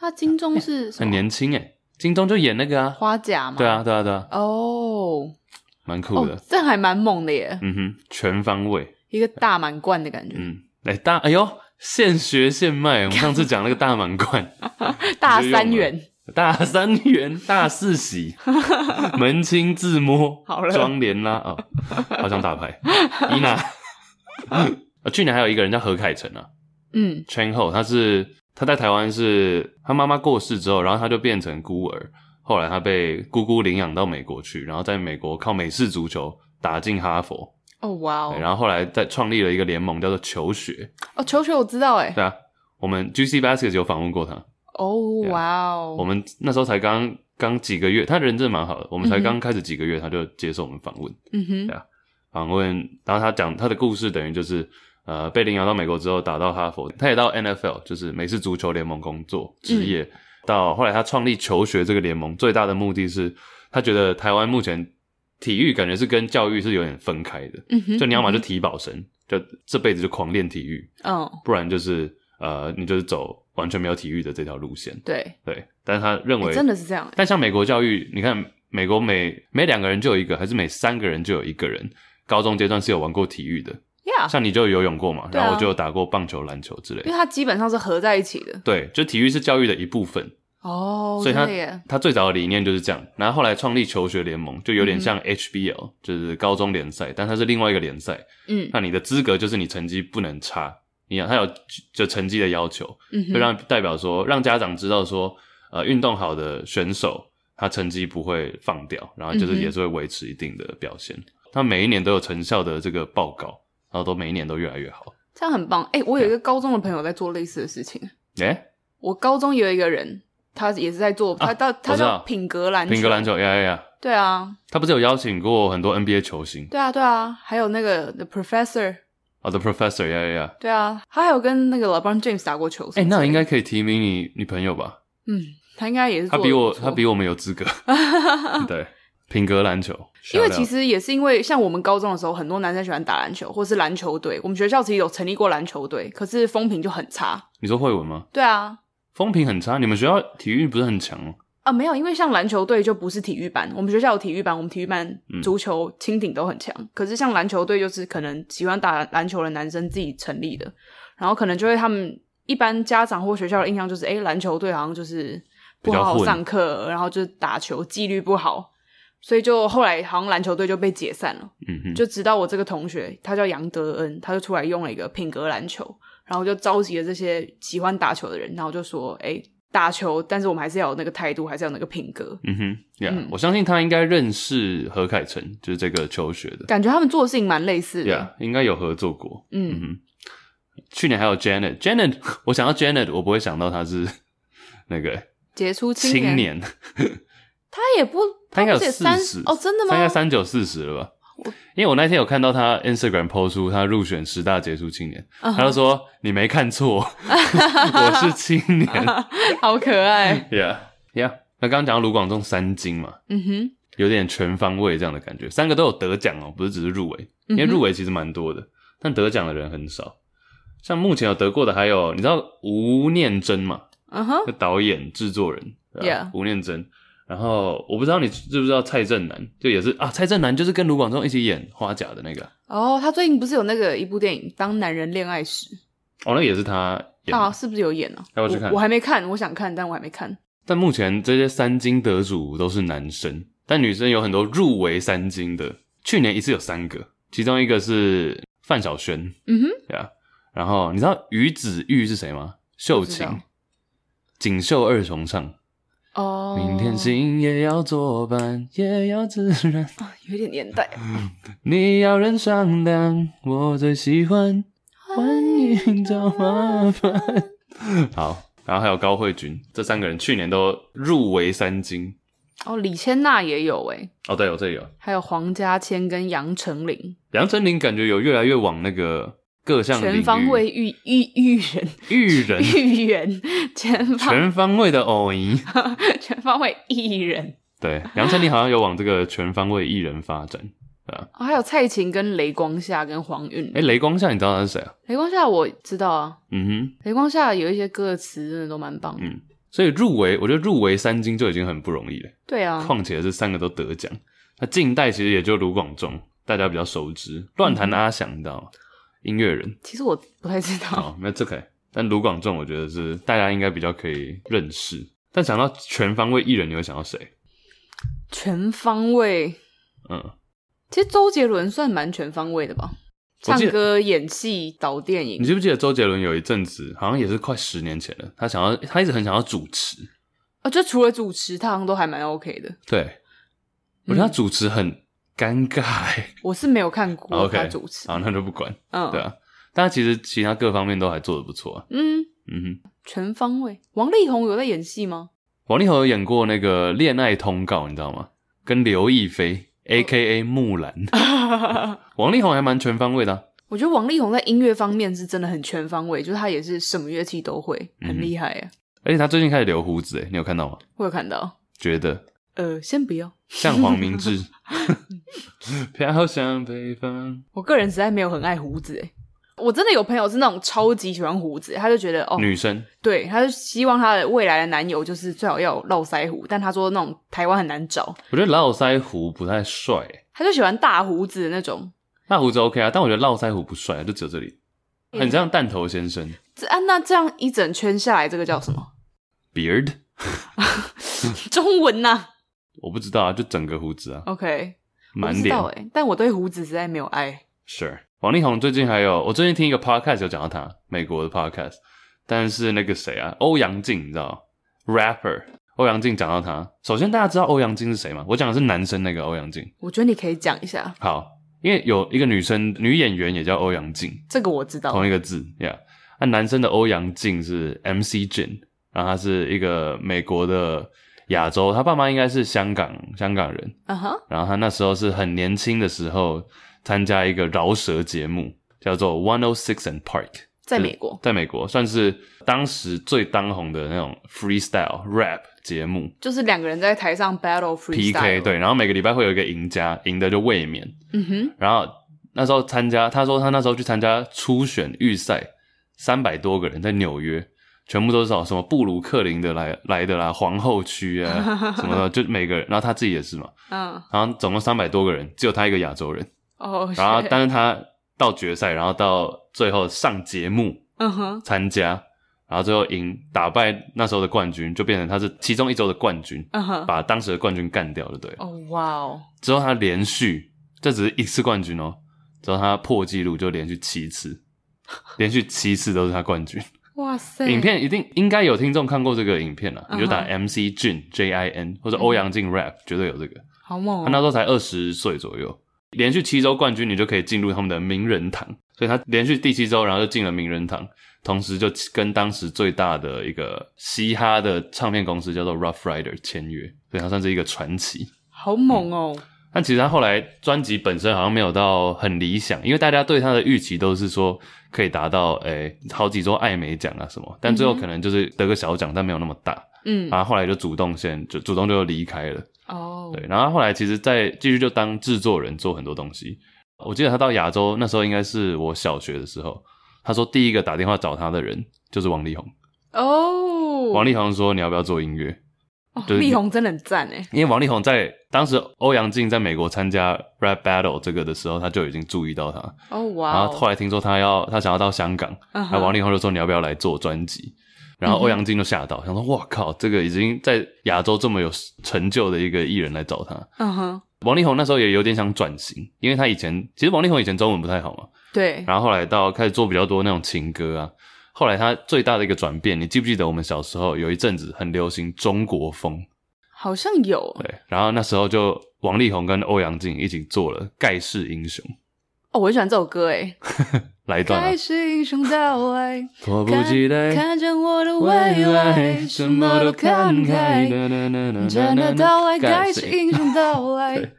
Speaker 2: 他金钟是哦什
Speaker 1: 很
Speaker 2: 么？
Speaker 1: 年轻哎、金钟就演那个啊，
Speaker 2: 花甲吗？
Speaker 1: 对啊，对啊，对啊，
Speaker 2: 哦，
Speaker 1: 蛮酷的，
Speaker 2: 哦，这还蛮猛的耶，
Speaker 1: 嗯哼，全方位，
Speaker 2: 一个大满贯的感觉，
Speaker 1: 嗯，哎、大，哎呦，现学现卖，我们上次讲那个大满贯。
Speaker 2: 大三元，
Speaker 1: 大三元、大四 喜、门清自摸、
Speaker 2: 好了
Speaker 1: 窗帘啦啊、哦，好想打 牌。伊娜， 呃去年还有一个人叫何凯成啊
Speaker 2: 嗯，
Speaker 1: ，Chen Ho，他是他在台湾是他妈妈过世之后，然后他就变成孤儿，后来他被姑姑领养到美国去，然后在美国靠美式足球打进哈佛，
Speaker 2: 哦哇
Speaker 1: 对
Speaker 2: 哦，
Speaker 1: 然后后来再创立了一个联盟叫做球学，
Speaker 2: 哦球球我知道哎，
Speaker 1: 对啊，我们 GC Basket 有访问过他，
Speaker 2: 哦
Speaker 1: 对啊
Speaker 2: 哇哦，
Speaker 1: 我们那时候才刚刚几个月，他人真的蛮好的，我们才
Speaker 2: 嗯哼
Speaker 1: 刚开始几个月，他就接受我们访问，
Speaker 2: 嗯哼
Speaker 1: 对啊访问，然后他讲他的故事，等于就是呃被领养到美国之后，打到哈佛，他也到 NFL，就是美式足球联盟工作职业，到后来他创立求学这个联盟，最大的目的是他觉得台湾目前体育感觉是跟教育是有点分开的，
Speaker 2: 嗯哼，
Speaker 1: 就你要么就
Speaker 2: 嗯
Speaker 1: 体保生，就这辈子就狂练体育，
Speaker 2: 哼嗯
Speaker 1: 不然就是呃你就是走完全没有体育的这条路线，
Speaker 2: 对，
Speaker 1: 对，但是他认为、
Speaker 2: 哎真的是这样哎，
Speaker 1: 但像美国教育，你看美国每每两个人就有一个，还是每三个人就有一个人，高中阶段是有玩过体育的，
Speaker 2: 呀，
Speaker 1: 像你就有游泳过嘛，
Speaker 2: 啊对啊啊
Speaker 1: 然后我就有打过棒球、篮球之类
Speaker 2: 因为
Speaker 1: 的。
Speaker 2: 它基本上是合在一起的，
Speaker 1: 对，就体育是教育的一部分，
Speaker 2: 哦，
Speaker 1: 所以
Speaker 2: 真
Speaker 1: 他
Speaker 2: 的耶，
Speaker 1: 他最早的理念就是这样。然后后来创立求学联盟，就有点
Speaker 2: 嗯
Speaker 1: 像 HBL，、就是高中联赛，但它是另外一个联赛。
Speaker 2: 嗯
Speaker 1: 那你的资格就是你成绩不能差，你要它有就成绩的要求，
Speaker 2: 嗯哼，
Speaker 1: 就让代表说让家长知道说，呃，运动好的选手他成绩不会放掉，然后就
Speaker 2: 嗯
Speaker 1: 是
Speaker 2: 哼
Speaker 1: 也是会维持一定的表现。他每一年都有成效的这个报告，然后都每一年都越来越好。
Speaker 2: 这样很棒哎，
Speaker 1: 啊
Speaker 2: 我有一个高中的朋友在做类似的事情，
Speaker 1: 哎、
Speaker 2: 我高中有一个人，他也是在做，
Speaker 1: 啊
Speaker 2: 他到他
Speaker 1: 我知道
Speaker 2: 叫品格篮球，
Speaker 1: 品格篮，球，呀呀呀，
Speaker 2: 对啊，
Speaker 1: 他不是有邀请过很多 NBA 球星
Speaker 2: 对啊，对啊，还有那个 The Professor，
Speaker 1: 哦、t h e Professor，呀呀呀，
Speaker 2: 对啊，他还有跟那个 LeBron James 打过球，
Speaker 1: 哎、那应
Speaker 2: 该，
Speaker 1: 该可以提名你你朋友吧？
Speaker 2: 嗯，他应该也是
Speaker 1: 他
Speaker 2: 做得
Speaker 1: 比我
Speaker 2: 不错
Speaker 1: 他比我们有资 格，对，品格篮球，
Speaker 2: 因为
Speaker 1: shout out
Speaker 2: 其实也是因为像我们高中的时候，很多男生喜欢打篮球，或是篮球队。我们学校其实有成立过篮球队，可是风评就很差。
Speaker 1: 你说慧文吗？
Speaker 2: 对啊，
Speaker 1: 风评很差，你们学校体育不是很强吗？
Speaker 2: 啊没有，因为像篮球队就不是体育班，我们学校有体育班，我们体育班
Speaker 1: 嗯
Speaker 2: 足球、蜻蜓都很强。可是像篮球队就是可能喜欢打篮球的男生自己成立的，然后可能就会他们一般家长或学校的印象就是，哎、篮球队好像就是不好
Speaker 1: 比
Speaker 2: 好
Speaker 1: 较混
Speaker 2: 上课，然后就是打球纪律不好，所以就后来好像篮球队就被解散了。
Speaker 1: 嗯哼，
Speaker 2: 就直到我这个同学，他叫杨德恩，他就出来用了一个品格篮球，然后就召集了这些喜欢打球的人，然后就说，哎，打球，但是我们还是要有那个态度，还是要有那个品格。
Speaker 1: 嗯哼，Yeah，
Speaker 2: 嗯
Speaker 1: 我相信他应该认识何凯成，就是这个求学的
Speaker 2: 感觉他们做的事情蛮类似的。
Speaker 1: ，Yeah，应该有合作过。嗯
Speaker 2: 嗯，
Speaker 1: 哼，去年还有 Janet，Janet，我想到 Janet，我不会想到她是 那个
Speaker 2: 杰出青
Speaker 1: 青
Speaker 2: 年，
Speaker 1: 年，
Speaker 2: 他也不，
Speaker 1: 她应该有
Speaker 2: 不是也
Speaker 1: 四
Speaker 2: 三
Speaker 1: 十
Speaker 2: 哦，真的吗？
Speaker 1: 她应 该三九四十了吧？因为我那天有看到她 Instagram 抛出她入选十大杰出青年，
Speaker 2: 嗯
Speaker 1: 她就说你没看错， 我是青 年
Speaker 2: 嗯好可爱。
Speaker 1: ，Yeah Yeah。那刚刚讲到卢广仲三金嘛，
Speaker 2: 嗯哼，
Speaker 1: 有点全方位这样的感觉，三个都有得奖哦，不是只是入围，
Speaker 2: 嗯
Speaker 1: 因为入围其实蛮多的，但得奖的人很少。像目前有得过的还有，你知道吴念真嘛？
Speaker 2: 嗯哼，
Speaker 1: 就导演、制作人，对吧
Speaker 2: Yeah
Speaker 1: 吴念真。然后我不知道你知不知道蔡正南，就也是啊，蔡正南就是跟卢广仲一起演花甲的那个，
Speaker 2: 哦，他最近不是有那个一部电影《当男人恋爱时》，
Speaker 1: 哦，那个也是他演的。
Speaker 2: 他好像是不是有演啊？
Speaker 1: 要不要去看
Speaker 2: 我？我还没看，我想看，但我还没看。
Speaker 1: 但目前这些三金得主都是男生，但女生有很多入围三金的，去年一次有三个，其中一个是范晓萱，
Speaker 2: 嗯哼，
Speaker 1: 对啊。然后你知道于子玉是谁吗？秀
Speaker 2: 不知
Speaker 1: 琴
Speaker 2: 道，
Speaker 1: 锦绣二重唱。
Speaker 2: 哦，
Speaker 1: 明天星也要作伴，也要自然。
Speaker 2: 啊有点年代。
Speaker 1: 你要人上当，我最喜欢。欢迎找麻烦。 好，然后还有高慧君，这三个人去年都入围三金。
Speaker 2: 哦，李千娜也有哎，
Speaker 1: 哦，对，有这里有
Speaker 2: 还有黄家千跟杨丞琳，
Speaker 1: 杨丞琳，感觉有越来越往那个各项领域
Speaker 2: 全方位育育育人
Speaker 1: 育人
Speaker 2: 育人，全方
Speaker 1: 全方位的偶赢。
Speaker 2: 全方位艺人。
Speaker 1: 对，杨丞琳好像有往这个全方位艺人发展。
Speaker 2: 哦还有蔡琴跟雷光夏跟黄韵
Speaker 1: 哎，
Speaker 2: 玲，
Speaker 1: 雷光夏，你知道他是谁啊？
Speaker 2: 雷光夏我知道啊，
Speaker 1: 嗯哼，
Speaker 2: 雷光夏有一些歌词真的都蛮棒的。
Speaker 1: 嗯所以入围，我觉得入围三金就已经很不容易了。
Speaker 2: 对啊，
Speaker 1: 况且这三个都得奖。那近代其实也就卢广仲，大家比较熟知。乱弹阿翔，你知道吗？音乐人
Speaker 2: 其实我不太知道。
Speaker 1: 哦，没有这个。但卢广仲，我觉得是大家应该比较可以认识。但想到全方位艺人，你会想到谁？
Speaker 2: 全方位，
Speaker 1: 嗯，
Speaker 2: 其实周杰伦算蛮全方位的吧，
Speaker 1: 我
Speaker 2: 唱
Speaker 1: 记得
Speaker 2: 歌、演戏、导电
Speaker 1: 你
Speaker 2: 影。
Speaker 1: 记不记得周杰伦有一阵子，好像也是快十年前了，他想要，他一直很想要主持。
Speaker 2: 哦，就除了主持，他好像都还蛮 OK 的。
Speaker 1: 对，我觉得他主持很尴尬、欸。
Speaker 2: 我是没有看过
Speaker 1: 哦 OK，啊
Speaker 2: 他主持，
Speaker 1: 好，那就不管。
Speaker 2: 嗯，
Speaker 1: 对啊，但他其实其他各方面都还做的不错、啊。
Speaker 2: 嗯，
Speaker 1: 嗯哼。
Speaker 2: 全方位。王力宏有在演戏 吗？
Speaker 1: 王力宏有演过那个《恋爱通告》，你知道吗？跟刘亦菲 （A K A 木兰）， 王力宏还蛮全方位的啊、
Speaker 2: 我觉得王力宏在音乐方面是真的很全方位，就是他也是什么乐器都会，
Speaker 1: 嗯
Speaker 2: 很厉害啊。
Speaker 1: 而且他最近开始留胡子，哎，你有看到吗？
Speaker 2: 我有看到，
Speaker 1: 觉得
Speaker 2: 呃，先不要，
Speaker 1: 像黄明志，飘向北方，
Speaker 2: 我个人实在没有很爱胡子诶。我真的有朋友是那种超级喜欢胡子，他就觉得哦，
Speaker 1: 女生
Speaker 2: 对，他就希望他的未来的男友就是最好要有络腮胡，但他说那种台湾很难找，
Speaker 1: 我觉得络腮胡不太帅，哎
Speaker 2: 他就喜欢大胡子的那种。
Speaker 1: 大胡子 OK 啊，但我觉得络腮胡不帅，就只有这里，很像弹头先生
Speaker 2: 这啊，那这样一整圈下来，这个叫什么？
Speaker 1: beard，
Speaker 2: 中文呐、
Speaker 1: 我不知道啊，就整个胡子啊，
Speaker 2: OK，我
Speaker 1: 满
Speaker 2: 不知
Speaker 1: 脸
Speaker 2: 道哎，但我对胡子实在没有爱。
Speaker 1: Sure，王力宏最近还有，我最近听一个 podcast 有讲到他，美国的 podcast，但是那个谁啊，欧阳靖，你知道，rapper 欧阳靖讲到他。首先，大家知道欧阳靖是谁吗？我讲的是男生那个欧阳靖。
Speaker 2: 我觉得你可以讲一下，
Speaker 1: 好，因为有一个女生女演员也叫欧阳靖，
Speaker 2: 这个我知道
Speaker 1: 同。一个字，Yeah。那、男生的欧阳靖是 MC Jin，然后他是一个美国的亚洲，他爸妈应该是香港香港人，
Speaker 2: 嗯哼，
Speaker 1: 然后他那时候是很年轻的时候参加一个饶舌节目，叫做 One O Six and Park，
Speaker 2: 在美国
Speaker 1: 在美国算是当时最当红的那种 freestyle rap 节目
Speaker 2: 就是两个人在台上 battle freestyle。
Speaker 1: PK，对，，然后每个礼拜会有一个赢家，赢的就卫冕。
Speaker 2: 嗯哼，
Speaker 1: 然后那时候参加，他说他那时候去参加初选预赛，三百多个人在纽约，全部都是什么什么布鲁克林的来来的啦，皇后区啊什么的，就每个人，然后他自己也是嘛，
Speaker 2: 嗯，
Speaker 1: 然后总共三百多个人，只有他一个亚洲人。
Speaker 2: 哦，
Speaker 1: 然后
Speaker 2: shit，
Speaker 1: 但是他到决赛，然后到最后上节目
Speaker 2: 嗯哼，
Speaker 1: 参加，然后最后赢，打败那时候的冠军，就变成他是其中一周的冠军，
Speaker 2: 嗯哼，
Speaker 1: 把当时的冠军干掉了，对了。
Speaker 2: 哦，哇哦，
Speaker 1: 之后他 连续，这只是一次冠军哦，之后他破纪录就连续七次，连续七次都是他冠军。
Speaker 2: 哇塞！
Speaker 1: 影片一定应该有听众看过这个影片了，
Speaker 2: 嗯
Speaker 1: 你就打 MC Jin J I N 或者欧阳靖 rap，绝对有这个。
Speaker 2: 好猛、
Speaker 1: 他那
Speaker 2: 哦！
Speaker 1: 时候才二十岁左右，连续七周冠军，你就可以进入他们的名人堂。所以他连续第七周，然后就进了名人堂，同时就跟当时最大的一个嘻哈的唱片公司叫做 Rough Rider 签约，所以他算是一个传奇。
Speaker 2: 好猛哦！
Speaker 1: 但其实他后来专辑本身好像没有到很理想，因为大家对他的预期都是说可以达到诶、好几周艾美奖啊什么，但最后可能就是得个小奖，但没有那么大。
Speaker 2: 嗯，
Speaker 1: 然后后来就主动先就主动就离开了。
Speaker 2: 哦，
Speaker 1: 对，然后后来其实再继续就当制作人做很多东西。我记得他到亚洲那时候应该是我小学的时候，他说第一个打电话找他的人就是王力宏。
Speaker 2: 哦，
Speaker 1: 王力宏说你要不要做音乐？
Speaker 2: 哦
Speaker 1: 就是
Speaker 2: 力宏真的很赞哎，
Speaker 1: 因为王力宏在当时欧阳靖在美国参加 rap battle 这个的时候，他就已经注意到他。
Speaker 2: 哦哇
Speaker 1: 然
Speaker 2: 哦，
Speaker 1: 后后来听说他要他想要到香港，
Speaker 2: 嗯
Speaker 1: 然
Speaker 2: 哼嗯
Speaker 1: 后王力宏就说你要不要来做专辑？然后欧阳靖就吓到，想说哇靠，这个已经在亚洲这么有成就的一个艺人来找他。
Speaker 2: 嗯哼，
Speaker 1: 王力宏那时候也有点想转型，因为他以前其实王力宏以前中文不太好嘛，
Speaker 2: 对，
Speaker 1: 然后后来到开始做比较多那种情歌啊。后来他最大的一个转变，你记不记得我们小时候有一阵子很流行中国风？
Speaker 2: 好像有
Speaker 1: 对，然后那时候就王力宏跟欧阳靖一起做了《盖世英雄》，
Speaker 2: 哦，我很喜欢这首歌哎，
Speaker 1: 来一段啊
Speaker 2: 开，始英雄到来，
Speaker 1: 迫不及待
Speaker 2: 看见我的未
Speaker 1: 未
Speaker 2: 来
Speaker 1: 来，
Speaker 2: 什
Speaker 1: 什
Speaker 2: 么
Speaker 1: 么
Speaker 2: 都
Speaker 1: 都
Speaker 2: 看
Speaker 1: 看开，，
Speaker 2: 开真的到来，该是
Speaker 1: 为
Speaker 2: 英雄到 来
Speaker 1: 对。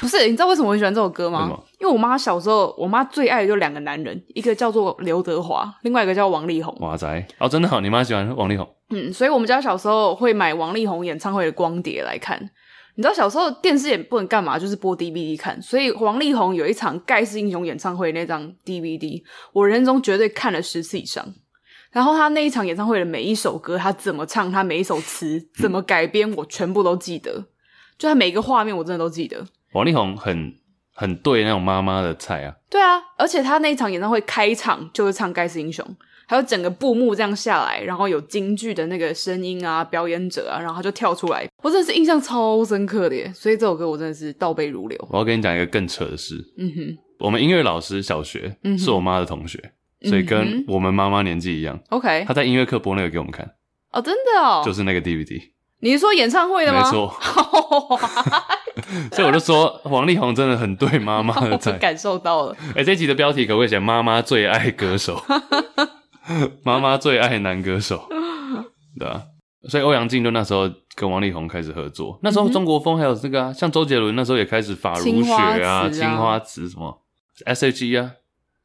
Speaker 2: 不是，你知道为什么我很喜欢这首歌
Speaker 1: 什
Speaker 2: 吗
Speaker 1: 么？
Speaker 2: 因为我妈小时候，我妈最爱的就两个男人，一个叫做刘德华，另外一个叫王力宏。
Speaker 1: 哇仔哦，真的好，你妈喜欢王力宏，
Speaker 2: 嗯，所以我们家小时候会买王力宏演唱会的光碟来看。你知道小时候电视也不能干嘛，就是播 DVD 看。所以王力宏有一场《盖世英雄》演唱会那张 DVD，我人生中绝对看了十次以上。然后他那一场演唱会的每一首歌，他怎么唱，他每一首词怎么改编，我全部都记得。就他每一个画面，我真的都记得。
Speaker 1: 王力宏很很对那种妈妈的菜啊，
Speaker 2: 对啊，而且他那一场演唱会开场就是唱《盖世英雄》，还有整个布幕这样下来，然后有京剧的那个声音啊，表演者啊，然后他就跳出来，我真的是印象超深刻的耶。所以这首歌我真的是倒背如流。
Speaker 1: 我要跟你讲一个更扯的事，
Speaker 2: 嗯哼
Speaker 1: 我们音乐老师小学
Speaker 2: 嗯哼
Speaker 1: 是我妈的同学，所以
Speaker 2: 嗯
Speaker 1: 跟我们妈妈年纪一样，
Speaker 2: ，OK，
Speaker 1: 她在音乐课播那个给我们看，
Speaker 2: 哦，真的哦，
Speaker 1: 就是那个 DVD，
Speaker 2: 你是说演唱会的吗？哦
Speaker 1: 没， 错，
Speaker 2: 哇，
Speaker 1: 所以我就说王力宏真的很对妈妈
Speaker 2: 我
Speaker 1: 的菜。
Speaker 2: 感受到了。
Speaker 1: 哎、这一集的标题可不可以写“妈妈最爱歌手”？ 妈妈最爱男歌手，对啊。所以欧阳靖就那时候跟王力宏开始合作，那时候中国风还有这个啊，像周杰伦那时候也开始法如雪啊、
Speaker 2: 嗯青花瓷啊
Speaker 1: 青花瓷什么 S.H.E 啊，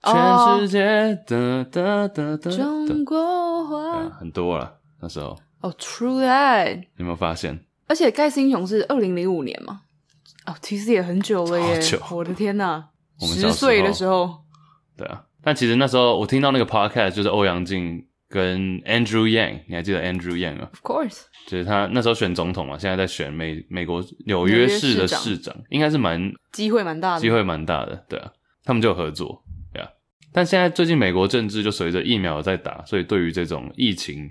Speaker 2: 哦
Speaker 1: 全世界的的的的
Speaker 2: 中国
Speaker 1: 啊
Speaker 2: 话，
Speaker 1: 很多啊。那时候
Speaker 2: 哦，True Lie，
Speaker 1: 你有没有发现？
Speaker 2: 而且《盖世英雄》是二零零五年嘛，哦，其实也很久了耶，
Speaker 1: 好久
Speaker 2: 我的天呐，
Speaker 1: 我们
Speaker 2: 十
Speaker 1: 小时
Speaker 2: 岁的
Speaker 1: 候
Speaker 2: 时候。
Speaker 1: 对啊，但其实那时候我听到那个 podcast 就是欧阳靖跟 Andrew Yang，你还记得 Andrew Yang 吗？
Speaker 2: Of course，
Speaker 1: 就是他那时候选总统嘛，现在在选美美国纽
Speaker 2: 纽约
Speaker 1: 约
Speaker 2: 市
Speaker 1: 市的
Speaker 2: 长
Speaker 1: 市长，应该是蛮
Speaker 2: 机会蛮大的。
Speaker 1: 机会蛮大的，对啊，他们就有合作，对啊。但现在最近美国政治就随着疫苗在打，所以对于这种疫情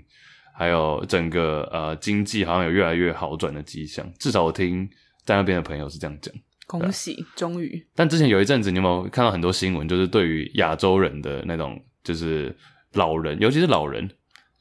Speaker 1: 还有整个呃经济好像有越来越好转的迹象，至少我听在那边的朋友是这样讲。
Speaker 2: 恭喜，终于
Speaker 1: 但之前有一阵子，你有没有看到很多新闻，就是对于亚洲人的那种，就是老人，尤其是老人，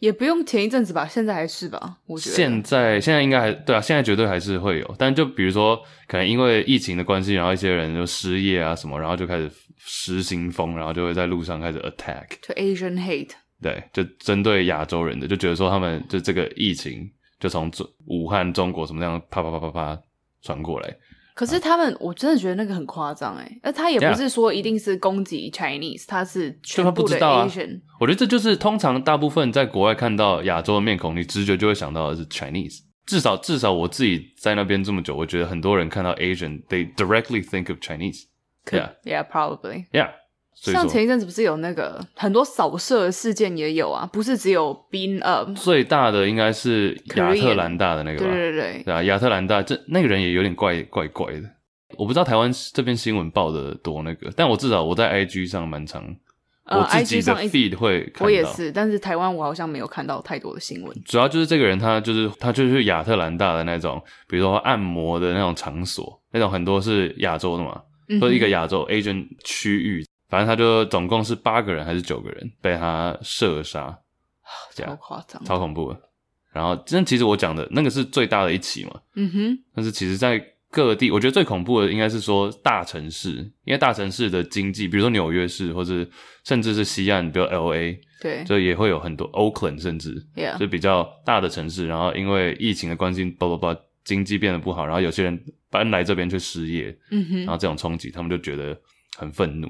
Speaker 2: 也不用前一阵子吧，现在还是吧，我觉得。
Speaker 1: 现在现在应该还对啊，现在绝对还是会有，但就比如说，可能因为疫情的关系，然后一些人就失业啊什么，然后就开始失心疯，然后就会在路上开始 attack，
Speaker 2: 就 Asian hate，
Speaker 1: 对，就针对亚洲人的，就觉得说他们就这个疫情就从中武汉、中国什么这样啪啪啪啪啪传过来，
Speaker 2: 可是他们，我真的觉得那个很夸张哎，那他也不
Speaker 1: 啊 Yeah
Speaker 2: 是说一定是攻击 Chinese，他是
Speaker 1: 就
Speaker 2: 全
Speaker 1: 他
Speaker 2: 部
Speaker 1: 不
Speaker 2: 的
Speaker 1: 知道啊
Speaker 2: Asian，、
Speaker 1: 我觉得这就是通常大部分在国外看到亚洲的面孔，你直觉就会想到的是 Chinese。至少至少我自己在那边这么久，我觉得很多人看到 Asian，they directly think of Chinese。
Speaker 2: Could- yeah probably。
Speaker 1: Yeah，所以
Speaker 2: 像前
Speaker 1: 说
Speaker 2: 一阵子不是有那个很多扫射的事件也有啊，不是只有 being up，
Speaker 1: 最大的应该是亚特兰大的那
Speaker 2: 对
Speaker 1: 个吧？
Speaker 2: 对对对，
Speaker 1: 对啊，亚特兰大这那个人也有点怪怪怪的。我不知道台湾这边新闻报的多那个，但我至少我在 IG 上蛮常，
Speaker 2: 呃
Speaker 1: 我自己
Speaker 2: IG
Speaker 1: 的
Speaker 2: 上一直
Speaker 1: feed 会看到。
Speaker 2: 我也是，但是台湾我好像没有看到太多的新闻。
Speaker 1: 主要就是这个人，他就是他就是亚特兰大的那种，比如说按摩的那种场所，那种很多是亚洲的嘛，
Speaker 2: 嗯哼
Speaker 1: 都是一个亚洲 Asian 区域。反正他就总共是八个人还是九个人被他射杀，这
Speaker 2: 超
Speaker 1: 样
Speaker 2: 夸张。
Speaker 1: 超恐怖的。然后，真其实我讲的那个是最大的一起嘛，
Speaker 2: 嗯哼，
Speaker 1: 但是其实，在各地，我觉得最恐怖的应该是说大城市，因为大城市的经济，比如说纽约市，或者甚至是西岸，比如 L A，
Speaker 2: 对
Speaker 1: 就也会有很多 Oakland，甚至
Speaker 2: ，Yeah，
Speaker 1: 就比较大的城市。然后因为疫情的关系，叭叭叭，经济变得不好，然后有些人搬来这边却失业，
Speaker 2: 嗯
Speaker 1: 然
Speaker 2: 哼，
Speaker 1: 后这种冲击，他们就觉得很愤怒。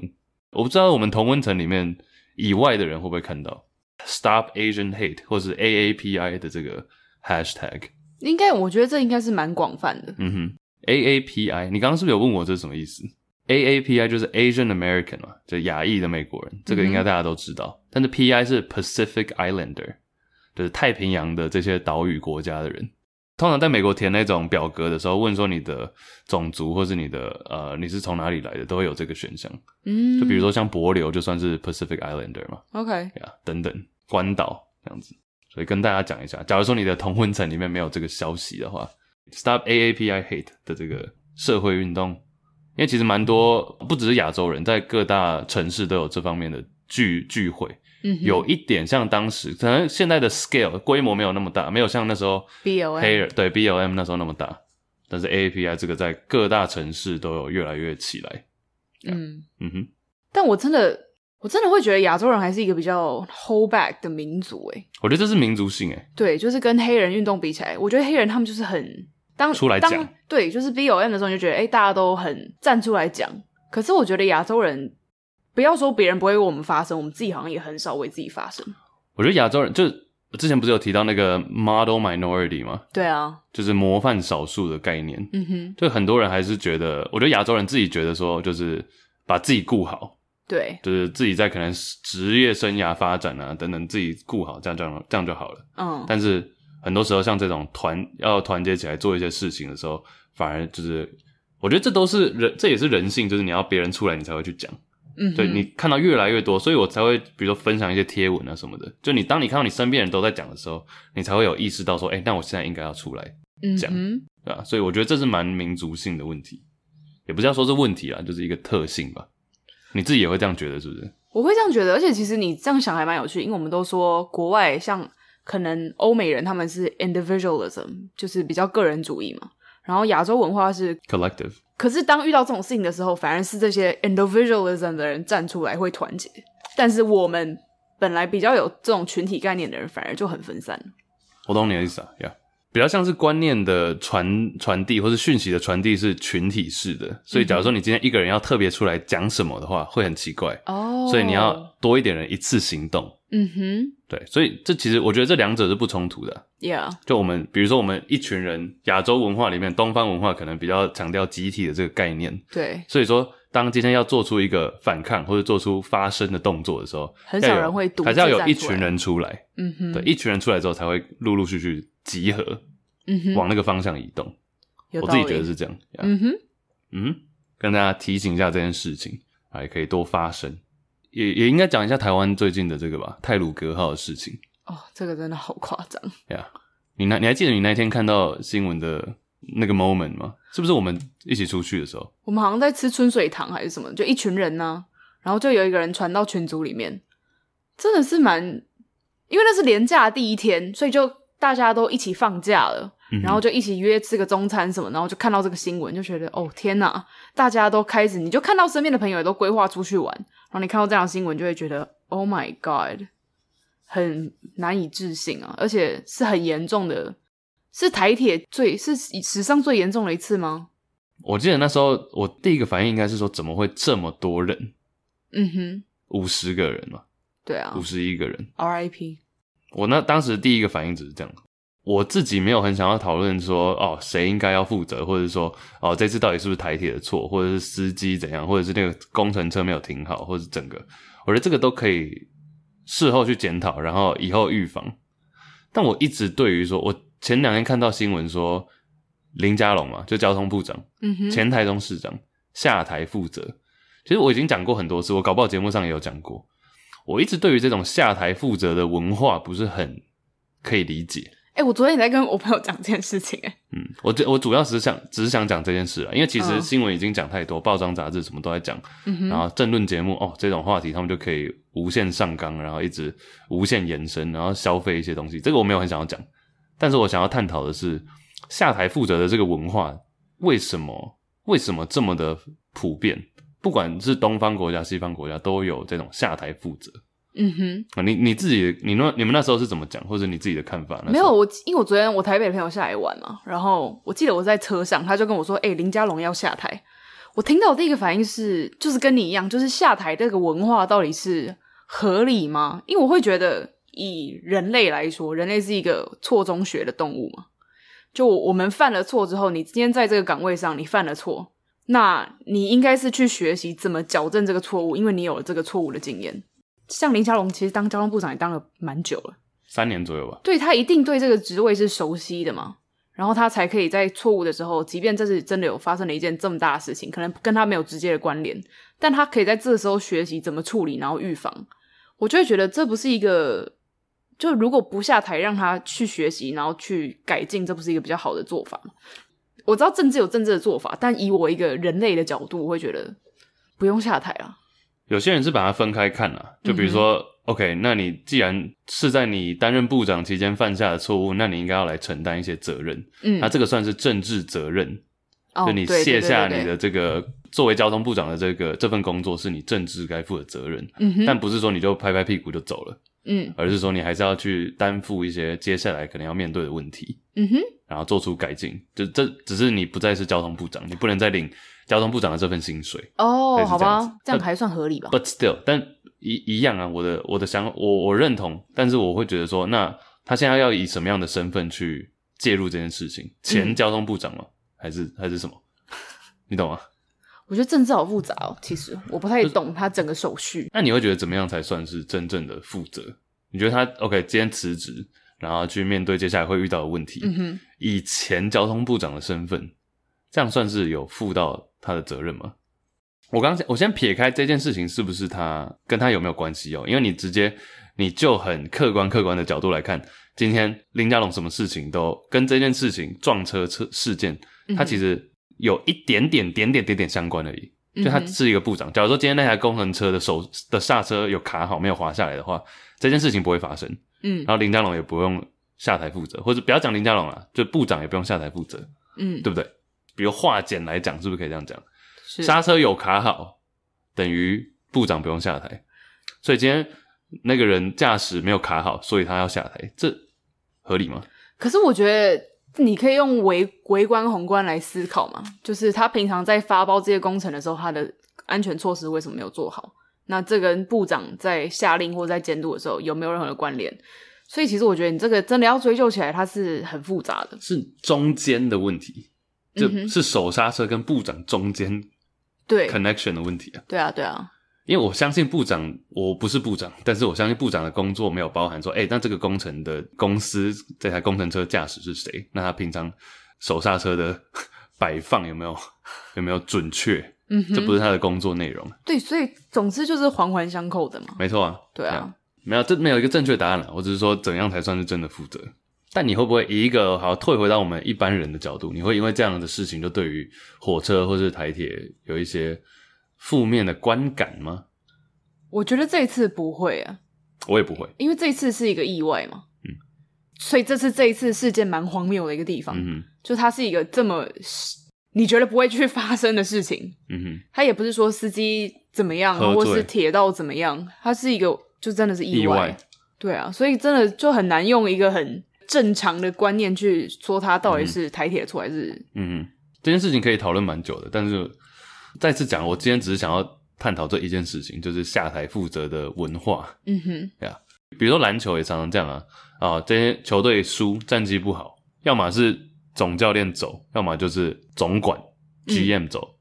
Speaker 1: 我不知道我们同温层里面以外的人会不会看到 Stop Asian Hate 或是 AAPI 的这个 hashtag。
Speaker 2: 应该我觉得这应该是蛮广泛的。
Speaker 1: 嗯哼，AAPI，你刚刚是不是有问我这是什么意思？AAPI 就是 Asian American 嘛，就亚裔的美国人，这个应该大家都知道。但是 PI 是 Pacific Islander，就是太平洋的这些岛屿国家的人。通常在美国填那种表格的时候，问说你的种族或是你的呃你是从哪里来的，都会有这个选项。
Speaker 2: 嗯，
Speaker 1: 就比如说像帛琉就算是 Pacific Islander 嘛，
Speaker 2: ，OK，
Speaker 1: 呀、啊等等，关岛这样子。所以跟大家讲一下，假如说你的同婚层里面没有这个消息的话，Stop AAPI Hate 的这个社会运动，因为其实蛮多，不只是亚洲人，在各大城市都有这方面的聚聚会。
Speaker 2: 嗯哼，
Speaker 1: 有一点像当时，可能现在的 scale 规模没有那么大，没有像那时候
Speaker 2: BLM
Speaker 1: 黑人对 BLM 那时候那么大，但是 AAPI 这个在各大城市都有越来越起来。
Speaker 2: 嗯，
Speaker 1: 嗯哼，
Speaker 2: 但我真的，我真的会觉得亚洲人还是一个比较 hold back 的民族，诶，
Speaker 1: 我觉得这是民族性欸诶、
Speaker 2: 对，就是跟黑人运动比起来，我觉得黑人他们就是很当
Speaker 1: 出来
Speaker 2: 当
Speaker 1: 讲
Speaker 2: 对，就是 B O M 的时候，你就觉得哎、诶大家都很站出来讲。可是我觉得亚洲人，不要说别人不会为我们发声，我们自己好像也很少为自己发声。
Speaker 1: 我觉得亚洲人就是我之前不是有提到那个 model minority 吗？
Speaker 2: 对啊，
Speaker 1: 就是模范少数的概念。
Speaker 2: 嗯哼，
Speaker 1: 就很多人还是觉得，我觉得亚洲人自己觉得说，就是把自己顾好，
Speaker 2: 对，
Speaker 1: 就是自己在可能职业生涯发展啊等等，自己顾好，这样这样这样就好了。
Speaker 2: 嗯，
Speaker 1: 但是很多时候，像这种团要团结起来做一些事情的时候，反而就是我觉得这都是人，这也是人性，就是你要别人出来，你才会去讲。
Speaker 2: 嗯哼，
Speaker 1: 对你看到越来越多，所以我才会比如说分享一些贴文啊什么的。就你当你看到你身边人都在讲的时候，你才会有意识到说，哎、那我现在应该要出来，
Speaker 2: 嗯
Speaker 1: 讲
Speaker 2: 哼，
Speaker 1: 对吧、所以我觉得这是蛮民族性的问题，也不是要说是问题啦，就是一个特性吧。你自己也会这样觉得是不是？
Speaker 2: 我会这样觉得。而且其实你这样想还蛮有趣，因为我们都说国外像可能欧美人他们是 individualism，就是比较个人主义嘛。然后亚洲文化是
Speaker 1: Collective，
Speaker 2: 可是当遇到这种事情的时候，反而是这些 individualism 的人站出来会团结，但是我们本来比较有这种群体概念的人，反而就很分散。
Speaker 1: 我懂你的意思啊，呀、比较像是观念的传传递，或是讯息的传递是群体式的。所以，假如说你今天一个人要特别出来讲什么的话，会很奇怪。
Speaker 2: 哦
Speaker 1: 所以你要，多一点人一次行动。
Speaker 2: 嗯哼
Speaker 1: 对，所以这其实我觉得这两者是不冲突的啊。
Speaker 2: ，Yeah，
Speaker 1: 就我们比如说我们一群人，亚洲文化里面，东方文化可能比较强调集体的这个概念，
Speaker 2: 对，
Speaker 1: 所以说当今天要做出一个反抗或者做出发声的动作的时候，
Speaker 2: 很少
Speaker 1: 要有
Speaker 2: 人会独自
Speaker 1: 还是要有一
Speaker 2: 站出来
Speaker 1: 群人出来，
Speaker 2: 嗯哼，
Speaker 1: 对，，一群人出来之后才会陆陆续续集合
Speaker 2: 嗯哼，
Speaker 1: 往那个方向移动。
Speaker 2: 有
Speaker 1: 我
Speaker 2: 道
Speaker 1: 自
Speaker 2: 理
Speaker 1: 己觉得是这样，呀
Speaker 2: 嗯哼，
Speaker 1: 嗯，跟大家提醒一下这件事情啊，也可以多发声，也也应该讲一下台湾最近的这个吧，泰鲁格号的事情。
Speaker 2: 哦，这个真的好夸张，
Speaker 1: 呀、你那你还记得你那天看到新闻的那个 moment 吗？是不是我们一起出去的时候？
Speaker 2: 我们好像在吃春水堂还是什么，就一群人呢、然后就有一个人传到群组里面，真的是蛮，因为那是连假第一天，所以就大家都一起放假了。
Speaker 1: 嗯哼
Speaker 2: 然后就一起约吃个中餐什么，然后就看到这个新闻，就觉得哦天哪，大家都开始，你就看到身边的朋友也都规划出去玩，然后你看到这样的新闻，就会觉得 Oh my God，很难以置信啊，而且是很严重的，是台铁最是史上最严重的一次吗？
Speaker 1: 我记得那时候我第一个反应应该是说，怎么会这么多人？
Speaker 2: 嗯哼，
Speaker 1: 五十个人嘛，
Speaker 2: 对啊
Speaker 1: 五十一个人。
Speaker 2: ，RIP，
Speaker 1: 我那当时第一个反应只是这样，我自己没有很想要讨论说，哦，谁应该要负责，或者说，哦，这次到底是不是台铁的错，或者是司机怎样，或者是那个工程车没有停好，或者是整个，我觉得这个都可以事后去检讨，然后以后预防。但我一直对于说，我前两天看到新闻说，林佳龙嘛，就交通部长，
Speaker 2: 嗯哼，
Speaker 1: 前台中市长下台负责。其实我已经讲过很多次，我搞不好节目上也有讲过。我一直对于这种下台负责的文化不是很可以理解，
Speaker 2: 哎、我昨天也在跟我朋友讲这件事情、哎，
Speaker 1: 嗯，我这我主要只是想只是想讲这件事啊，因为其实
Speaker 2: 嗯
Speaker 1: 新闻已经讲太多，报章杂志什么都在讲，
Speaker 2: 嗯哼
Speaker 1: 然后政论节目哦这种话题他们就可以无限上纲，然后一直无限延伸，然后消费一些东西。这个我没有很想要讲，但是我想要探讨的是下台负责的这个文化为什么为什么这么的普遍？不管是东方国家、西方国家都有这种下台负责
Speaker 2: 嗯哼，
Speaker 1: 啊。你你自己你那你们那时候是怎么讲，或者你自己的看法？那时候
Speaker 2: 没有我，因为我昨天我台北的朋友下来玩嘛，然后我记得我在车上，他就跟我说：“哎、林家龙要下台。”我听到我第一个反应是，就是跟你一样，就是下台这个文化到底是合理吗？因为我会觉得，以人类来说，人类是一个错中学的动物嘛。就我们犯了错之后，你今天在这个岗位上你犯了错，那你应该是去学习怎么矫正这个错误，因为你有了这个错误的经验。像林佳龙其实当交通部长也当了蛮久了。
Speaker 1: 三年左右吧。
Speaker 2: 对他一定对这个职位是熟悉的嘛，然后他才可以在错误的时候，即便这是真的有发生了一件这么大的事情，可能跟他没有直接的关联，但他可以在这时候学习怎么处理，然后预防。我就会觉得这不是一个，就如果不下台让他去学习，然后去改进，这不是一个比较好的做法吗？我知道政治有政治的做法，但以我一个人类的角度，我会觉得不用下台啊了。
Speaker 1: 有些人是把它分开看啦，
Speaker 2: 嗯
Speaker 1: 就比如说、o k 那你既然是在你担任部长期间犯下的错误，那你应该要来承担一些责任。
Speaker 2: 嗯，
Speaker 1: 啊那这个算是政治责任，
Speaker 2: 哦
Speaker 1: 就你
Speaker 2: 对对
Speaker 1: 卸
Speaker 2: 对
Speaker 1: 下
Speaker 2: 对
Speaker 1: 你的这个作为交通部长的这个这份工作是你政治该负的责任，
Speaker 2: 嗯哼，
Speaker 1: 但不是说你就拍拍屁股就走了，
Speaker 2: 嗯
Speaker 1: 而是说你还是要去担负一些接下来可能要面对的问题。
Speaker 2: 嗯哼。
Speaker 1: 然后做出改进，就这只是你不再是交通部长，你不能再领交通部长的这份薪水。
Speaker 2: 哦，
Speaker 1: 类似
Speaker 2: 好
Speaker 1: 这样
Speaker 2: 吧
Speaker 1: 子，
Speaker 2: 这样还算合理吧？
Speaker 1: But still，但一一样啊，我的我的想我我认同，但是我会觉得说，那他现在要以什么样的身份去介入这件事情？
Speaker 2: 嗯
Speaker 1: 前交通部长吗？还是还是什么？ 你懂吗？
Speaker 2: 我觉得政治好复杂哦，其实我不太懂它整个手续。
Speaker 1: 那你会觉得怎么样才算是真正的负责？你觉得他 OK，今天辞职，然后去面对接下来会遇到的问题，
Speaker 2: 嗯哼，
Speaker 1: 以前交通部长的身份，这样算是有负到他的责任吗？我刚我先撇开这件事情是不是他跟他有没有关系哦，因为你直接你就很客观客观的角度来看，今天林佳龙什么事情都跟这件事情撞车车事件，
Speaker 2: 嗯
Speaker 1: 它其实有一点点点点点点相关而已。就他
Speaker 2: 嗯哼
Speaker 1: 是一个部长，假如说今天那台工程车的手的刹车有卡好，没有滑下来的话，这件事情不会发生。
Speaker 2: 嗯
Speaker 1: 然后林佳龙也不用下台负责，或者不要讲林佳龙了，就部长也不用下台负责，
Speaker 2: 嗯，
Speaker 1: 对不对？比如化简来讲，是不是可以这样讲？
Speaker 2: 是
Speaker 1: 刹车有卡好，等于部长不用下台，所以今天那个人驾驶没有卡好，所以他要下台，这合理吗？
Speaker 2: 可是我觉得你可以用微微观宏观来思考嘛，就是他平常在发包这些工程的时候，他的安全措施为什么没有做好？那这跟部长在下令或在监督的时候有没有任何的关联？所以其实我觉得你这个真的要追究起来，它是很复杂的。
Speaker 1: 是中间的问题，
Speaker 2: 嗯
Speaker 1: 就
Speaker 2: 哼
Speaker 1: 是手刹车跟部长中间
Speaker 2: 对，
Speaker 1: connection 的问题啊。
Speaker 2: 对啊，对啊，
Speaker 1: 因为我相信部长，我不是部长，但是我相信部长的工作没有包含说，哎、那这个工程的公司这台工程车驾驶是谁？那他平常手刹车的摆放有没 有有没有准确？
Speaker 2: 嗯
Speaker 1: 这不
Speaker 2: 哼，
Speaker 1: 是他的工作内容，
Speaker 2: 对，所以总之就是环环相扣的嘛。
Speaker 1: 没错啊。
Speaker 2: 对啊，
Speaker 1: 没有，这没有一个正确答案啊了。我只是说，怎样才算是真的负责？但你会不会以一个好退回到我们一般人的角度，你会因为这样的事情，就对于火车或是台铁有一些负面的观感吗？
Speaker 2: 我觉得这一次不会啊，
Speaker 1: 我也不会。
Speaker 2: 因为这一次是一个意外嘛，
Speaker 1: 嗯，
Speaker 2: 所以这次这一次事件蛮荒谬的一个地方，
Speaker 1: 嗯哼，
Speaker 2: 就它是一个这么你觉得不会去发生的事情，
Speaker 1: 嗯哼。
Speaker 2: 它也不是说司机怎么样，啊
Speaker 1: 喝醉
Speaker 2: 或是铁道怎么样，它是一个就真的是意
Speaker 1: 意外
Speaker 2: 对啊，所以真的就很难用一个很正常的观念去说它到底是台铁的错还是
Speaker 1: 嗯，这件事情可以讨论蛮久的，但是再次讲，我今天只是想要探讨这一件事情，就是下台负责的文化。
Speaker 2: 嗯哼
Speaker 1: 比如说篮球也常常这样啊，啊，这些球队输，战绩不好，要么是总教练走，要么就是总管
Speaker 2: 嗯
Speaker 1: GM 走，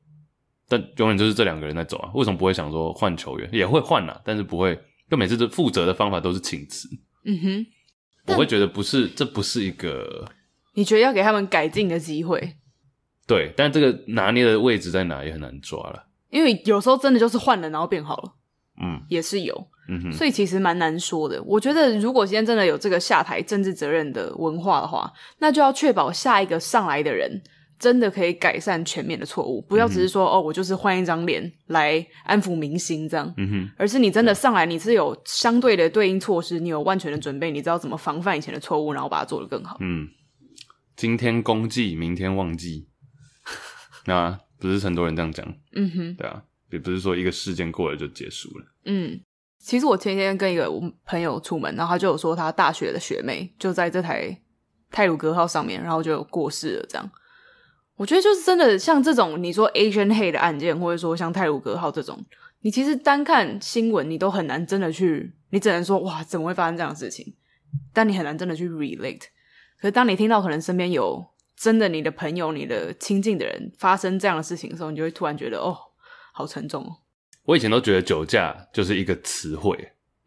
Speaker 1: 但永远就是这两个人在走啊。为什么不会想说换球员？也会换啦、但是不会，就每次这负责的方法都是请辞。
Speaker 2: 嗯哼，
Speaker 1: 我会觉得不是，这不是一个
Speaker 2: 你觉得要给他们改进的机会，
Speaker 1: 对，但这个拿捏的位置在哪也很难抓了。
Speaker 2: 因为有时候真的就是换了然后变好了。
Speaker 1: 嗯，
Speaker 2: 也是有。
Speaker 1: 嗯哼，
Speaker 2: 所以其实蛮难说的。我觉得，如果今天真的有这个下台政治责任的文化的话，那就要确保下一个上来的人真的可以改善全面的错误，不要只是说、
Speaker 1: 嗯
Speaker 2: 哦，我就是换一张脸来安抚民心这样。
Speaker 1: 嗯哼，
Speaker 2: 而是你真的上来，你是有相对的对应措施，你有万全的准备，你知道怎么防范以前的错误，然后把它做得更好。
Speaker 1: 嗯，今天公祭， 明天忘记，那不是很多人这样讲，
Speaker 2: 嗯哼，
Speaker 1: 对啊，也不是说一个事件过了就结束了。
Speaker 2: 嗯，其实我前几天跟一个我朋友出门，然后他就有说他大学的学妹就在这台泰鲁格号上面，然后就过世了。这样，我觉得就是真的像这种你说 Asian hate 的案件，或者说像泰鲁格号这种，你其实单看新闻，你都很难真的去，你只能说哇，怎么会发生这样的事情？但你很难真的去 relate。可是当你听到可能身边有真的你的朋友、你的亲近的人发生这样的事情的时候，你就会突然觉得哦，好沉重哦。
Speaker 1: 我以前都觉得酒驾就是一个词汇，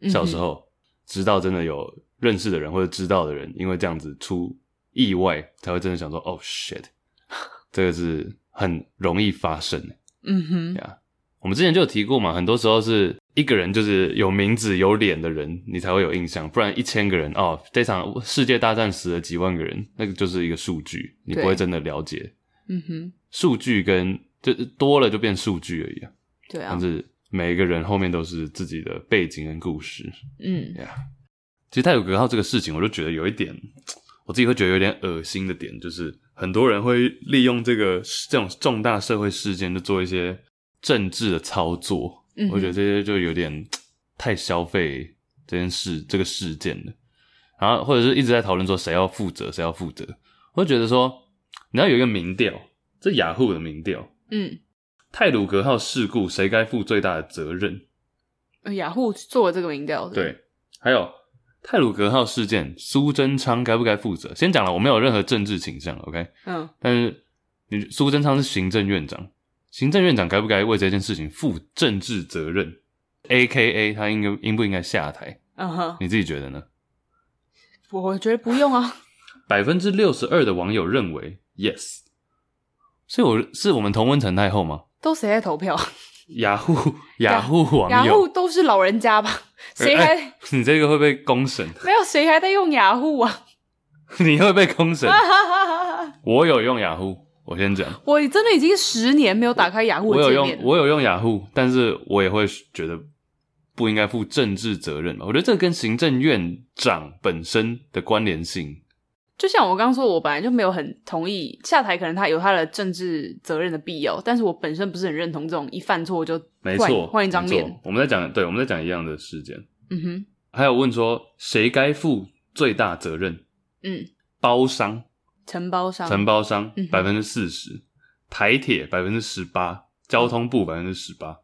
Speaker 2: 嗯哼
Speaker 1: 小时候，直到真的有认识的人或者知道的人，因为这样子出意外，才会真的想说，哦、shit，这个是很容易发生的。
Speaker 2: 嗯哼，
Speaker 1: 我们之前就有提过嘛，很多时候是一个人就是有名字有脸的人，你才会有印象，不然一千个人哦，这场世界大战死了几万个人，那个就是一个数据，你
Speaker 2: 对
Speaker 1: 不会真的了解。
Speaker 2: 嗯哼，
Speaker 1: 数据跟就多了就变数据而已啊，
Speaker 2: 对啊
Speaker 1: 但，是每一个人后面都是自己的背景跟故事。
Speaker 2: 嗯
Speaker 1: 其实泰鲁格号这个事情，我就觉得有一点，我自己会觉得有点恶心的点，就是很多人会利用这个这种重大社会事件，就做一些政治的操作。
Speaker 2: 嗯哼
Speaker 1: 我觉得这些就有点太消费这件事这个事件了。然后或者是一直在讨论说谁要负责，谁要负责。我就觉得说，你要有一个民调，这雅虎的民调，
Speaker 2: 嗯，
Speaker 1: 泰鲁格号事故谁该负最大的责任？
Speaker 2: 呃雅虎做了这个民调，是不是，
Speaker 1: 对，还有泰鲁格号事件，苏贞昌该不该负责？先讲了，我没有任何政治倾向，OK？
Speaker 2: 嗯
Speaker 1: 但是你苏贞昌是行政院长，行政院长该不该为这件事情负政治责任？A K A 他应该应不应该下台？
Speaker 2: 嗯哼，
Speaker 1: 你自己觉得呢？
Speaker 2: 我我觉得不用啊，
Speaker 1: 百分之六十二的网友认为 yes，所以我是我们同温层太后吗？
Speaker 2: 都谁在投票？
Speaker 1: 雅虎 雅虎
Speaker 2: 雅
Speaker 1: 网
Speaker 2: 虎
Speaker 1: 友，
Speaker 2: 都是老人家吧？谁还、
Speaker 1: 哎 你这个会被公审，
Speaker 2: 没有？谁还在用雅虎啊？
Speaker 1: 你会被公 审。
Speaker 2: 哈哈哈哈！
Speaker 1: 我有用雅虎，我先讲。
Speaker 2: 我真的已经十年没有打开雅虎
Speaker 1: 我
Speaker 2: 的
Speaker 1: 有
Speaker 2: 界
Speaker 1: 用
Speaker 2: 面，了。
Speaker 1: 我有用雅虎，但是我也会觉得不应该负政治责任嘛。我觉得这跟行政院长本身的关联性，
Speaker 2: 就像我刚刚说，我本来就没有很同意下台，可能他有他的政治责任的必要，但是我本身不是很认同这种一犯错就
Speaker 1: 没
Speaker 2: 换
Speaker 1: 错，
Speaker 2: 换一张
Speaker 1: 没错
Speaker 2: 脸。
Speaker 1: 我们在讲，对，我们在讲一样的事件。
Speaker 2: 嗯哼，
Speaker 1: 还有问说谁该负最大责任？
Speaker 2: 嗯，
Speaker 1: 包商、
Speaker 2: 承包商，
Speaker 1: 承包商
Speaker 2: 嗯哼
Speaker 1: 百分之四十，台铁百分之十八，交通部百分之十八。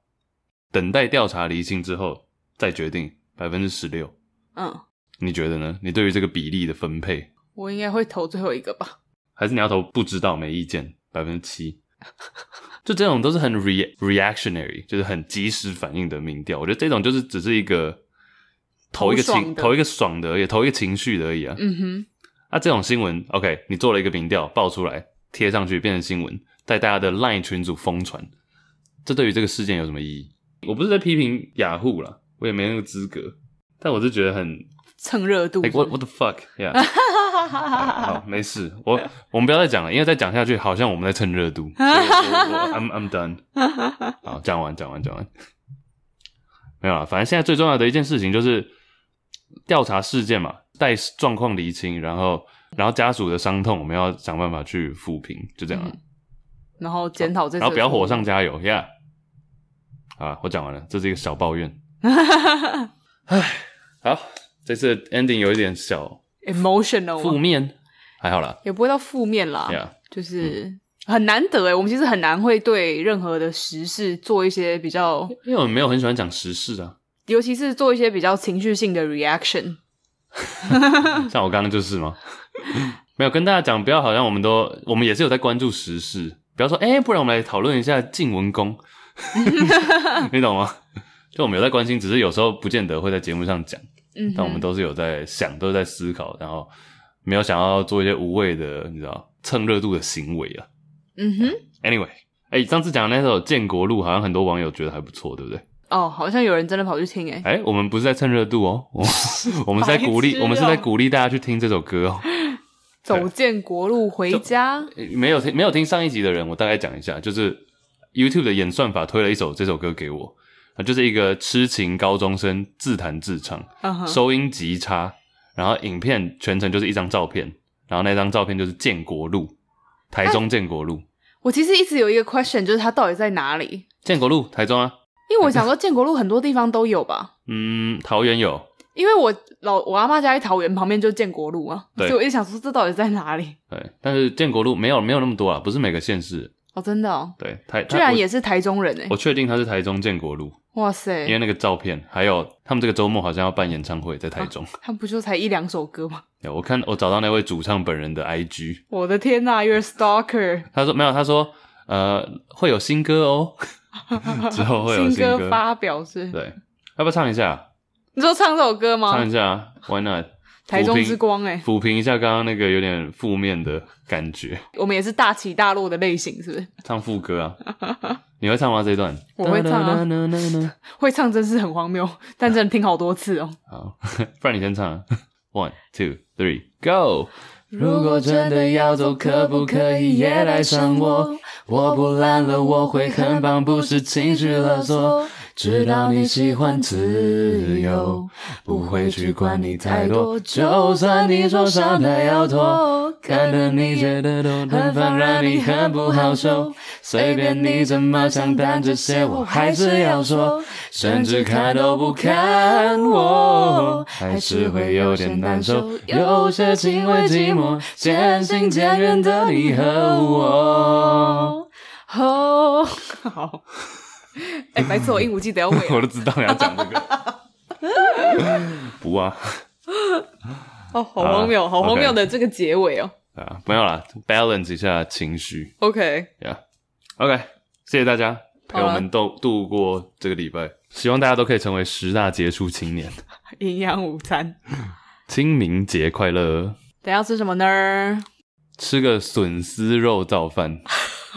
Speaker 1: 等待调查厘清之后再决定百分之十六。
Speaker 2: 嗯，
Speaker 1: 你觉得呢？你对于这个比例的分配？
Speaker 2: 我应该会投最后一个吧？
Speaker 1: 还是你要投不知道没意见百分之七，就这种都是很 re reactionary，就是很及时反应的民调。我觉得这种就是只是一个投一个
Speaker 2: 投爽
Speaker 1: 情
Speaker 2: 的
Speaker 1: 投一个爽的而已，投一个情绪的而已啊。
Speaker 2: 嗯哼，
Speaker 1: 啊，这种新闻，OK，你做了一个民调爆出来，贴上去变成新闻，在大家的 LINE 群组疯传，这对于这个事件有什么意义？我不是在批评雅虎啦，我也没那个资格，但我是觉得很
Speaker 2: 蹭热度
Speaker 1: l
Speaker 2: 是
Speaker 1: i
Speaker 2: 不
Speaker 1: what
Speaker 2: 是
Speaker 1: what the fuck，yeah。好，没事，我我们不要再讲了，因为再讲下去好像我们在蹭热 度。所以我我 I'm I'm done。好，讲完，讲完，讲 完。没有了，反正现在最重要的一件事情就是调查事件嘛，待状况厘清，然后然后家属的伤痛，我们要想办法去抚平，就这样了。 啊
Speaker 2: 然后检讨这次，
Speaker 1: 然后不要火上。加油，Yeah。啊，我讲完了，这是一个小抱怨。唉，好，这次的 ending 有一点小
Speaker 2: emotional
Speaker 1: 负
Speaker 2: 吗
Speaker 1: 面，还好啦。
Speaker 2: 哦也不会到负面啦
Speaker 1: Yeah 嗯
Speaker 2: 就是很难得哎，我们其实很难会对任何的时事做一些比较，
Speaker 1: 因为我没有很喜欢讲时事啊，
Speaker 2: 尤其是做一些比较情绪性的 reaction。
Speaker 1: 像我刚刚就是嘛，没有跟大家讲，不要好像我们都我们也是有在关注时事，不要说哎、诶不然我们来讨论一下晋文公， 你懂吗？就我们有在关心，只是有时候不见得会在节目上讲，
Speaker 2: 嗯哼，
Speaker 1: 但我们都是有在想，都是在思考，然后没有想要做一些无谓的，你知道蹭热度的行为啊。
Speaker 2: 嗯哼，
Speaker 1: Anyway，哎、上次讲的那首《建国路》，好像很多网友觉得还不错，对不对？
Speaker 2: 哦，好像有人真的跑去听哎、
Speaker 1: 哎、我们不是在蹭热度哦，我我们是在鼓
Speaker 2: 白痴
Speaker 1: 励，
Speaker 2: 哦
Speaker 1: 我们是在鼓励大家去听这首歌哦。
Speaker 2: 走进国路回家，
Speaker 1: 诶没有听没有听上一集的人，我大概讲一下，就是 YouTube 的演算法推了一首这首歌给我，啊，就是一个痴情高中生自弹自唱，
Speaker 2: 嗯哼，
Speaker 1: 收音极差，然后影片全程就是一张照片，然后那张照片就是建国路，台
Speaker 2: 哎
Speaker 1: 中建国路，
Speaker 2: 我其实一直有一个 question，就是它到底在哪里？
Speaker 1: 建国路台中啊，
Speaker 2: 因为 我想说建国路很多地方都有吧，
Speaker 1: 嗯，桃园有，
Speaker 2: 因为我老我阿妈家在桃园旁边就是建国路啊，
Speaker 1: 对
Speaker 2: 所以我一直想说这到底在哪里？
Speaker 1: 对，但是建国路没有没有那么多啊，不是每个县市，
Speaker 2: 哦，真的哦，
Speaker 1: 对，台
Speaker 2: 居然
Speaker 1: 我
Speaker 2: 也是台中人哎、
Speaker 1: 我确定它是台中建国路，
Speaker 2: 哇
Speaker 1: 因为
Speaker 2: 塞，
Speaker 1: 那个照片，还有他们这个周末好像要办演唱会在
Speaker 2: 哦
Speaker 1: 台中。
Speaker 2: 他们不就才一两首歌吗？
Speaker 1: 对我看我找到那位主唱本人的 IG，
Speaker 2: 我的天呐、y o u r e a stalker，
Speaker 1: 他说没有，他说呃会有新歌哦， 之后会有
Speaker 2: 新
Speaker 1: 歌
Speaker 2: 歌发表是？
Speaker 1: 对，要不要唱一下？
Speaker 2: 你说唱这首歌吗
Speaker 1: 唱一？下啊，Why not？
Speaker 2: 台中
Speaker 1: 抚平
Speaker 2: 之光哎、
Speaker 1: 抚平一下刚刚那个有点负面的感觉，
Speaker 2: 我们也是大起大落的类型，是不 是？
Speaker 1: 唱副歌啊，你会唱吗？这一段
Speaker 2: 我会唱啊
Speaker 1: 哒哒哒哒哒哒
Speaker 2: 会唱真是很荒谬， 但真的听好多次哦。
Speaker 1: 好，不然你先唱啊。One, two, three, go！
Speaker 4: 如果真的要走，可不可以也来上我？我不懒了，我会很棒，不是情绪勒索。知道你喜欢自由，不会去管你太多。就算你说伤得要脱，看得你觉得都很烦，让你很不好受。随便你怎么想，但这些我还是要说，甚至看都不看我，还是会有点难受。有些情为寂寞，渐行渐远的你和我。
Speaker 2: 哦，好， 哎、白痴，我鹦鹉记得要啊尾
Speaker 1: 我都知道你要讲这个， 不啊。
Speaker 2: 哦，好荒谬，
Speaker 1: 啊
Speaker 2: 好荒谬
Speaker 1: OK
Speaker 2: 的这个结尾哦。
Speaker 1: 啊，没有啦，balance 一下情绪
Speaker 2: OK，
Speaker 1: ，Yeah，OK，、谢谢大家陪我们度度过这个礼拜，希望大家都可以成为十大杰出青年。
Speaker 2: 营养午餐，
Speaker 1: 清明节快乐，
Speaker 2: 等一下要吃什么呢？
Speaker 1: 吃个笋丝肉燥 饭，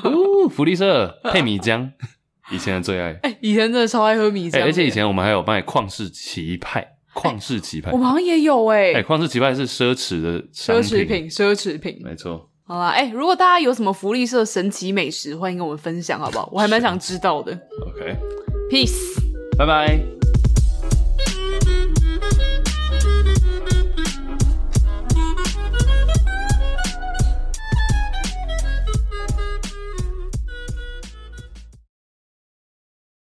Speaker 1: 哦，福利社配米浆，以前的最 爱。
Speaker 2: 哎、以前真的超爱喝米浆
Speaker 1: 哎、
Speaker 2: 的、
Speaker 1: 而且以前我们还有卖旷世奇派，旷世奇派
Speaker 2: 我，们好像也有哎、
Speaker 1: 哎、旷世奇派是奢侈的商
Speaker 2: 奢侈品，奢侈品。
Speaker 1: 没错，
Speaker 2: 好啦，哎、如果大家有什么福利社神奇美食，欢迎跟我们分享，好不好？我还蛮想知道的。
Speaker 1: OK，
Speaker 2: Peace。
Speaker 1: 拜拜。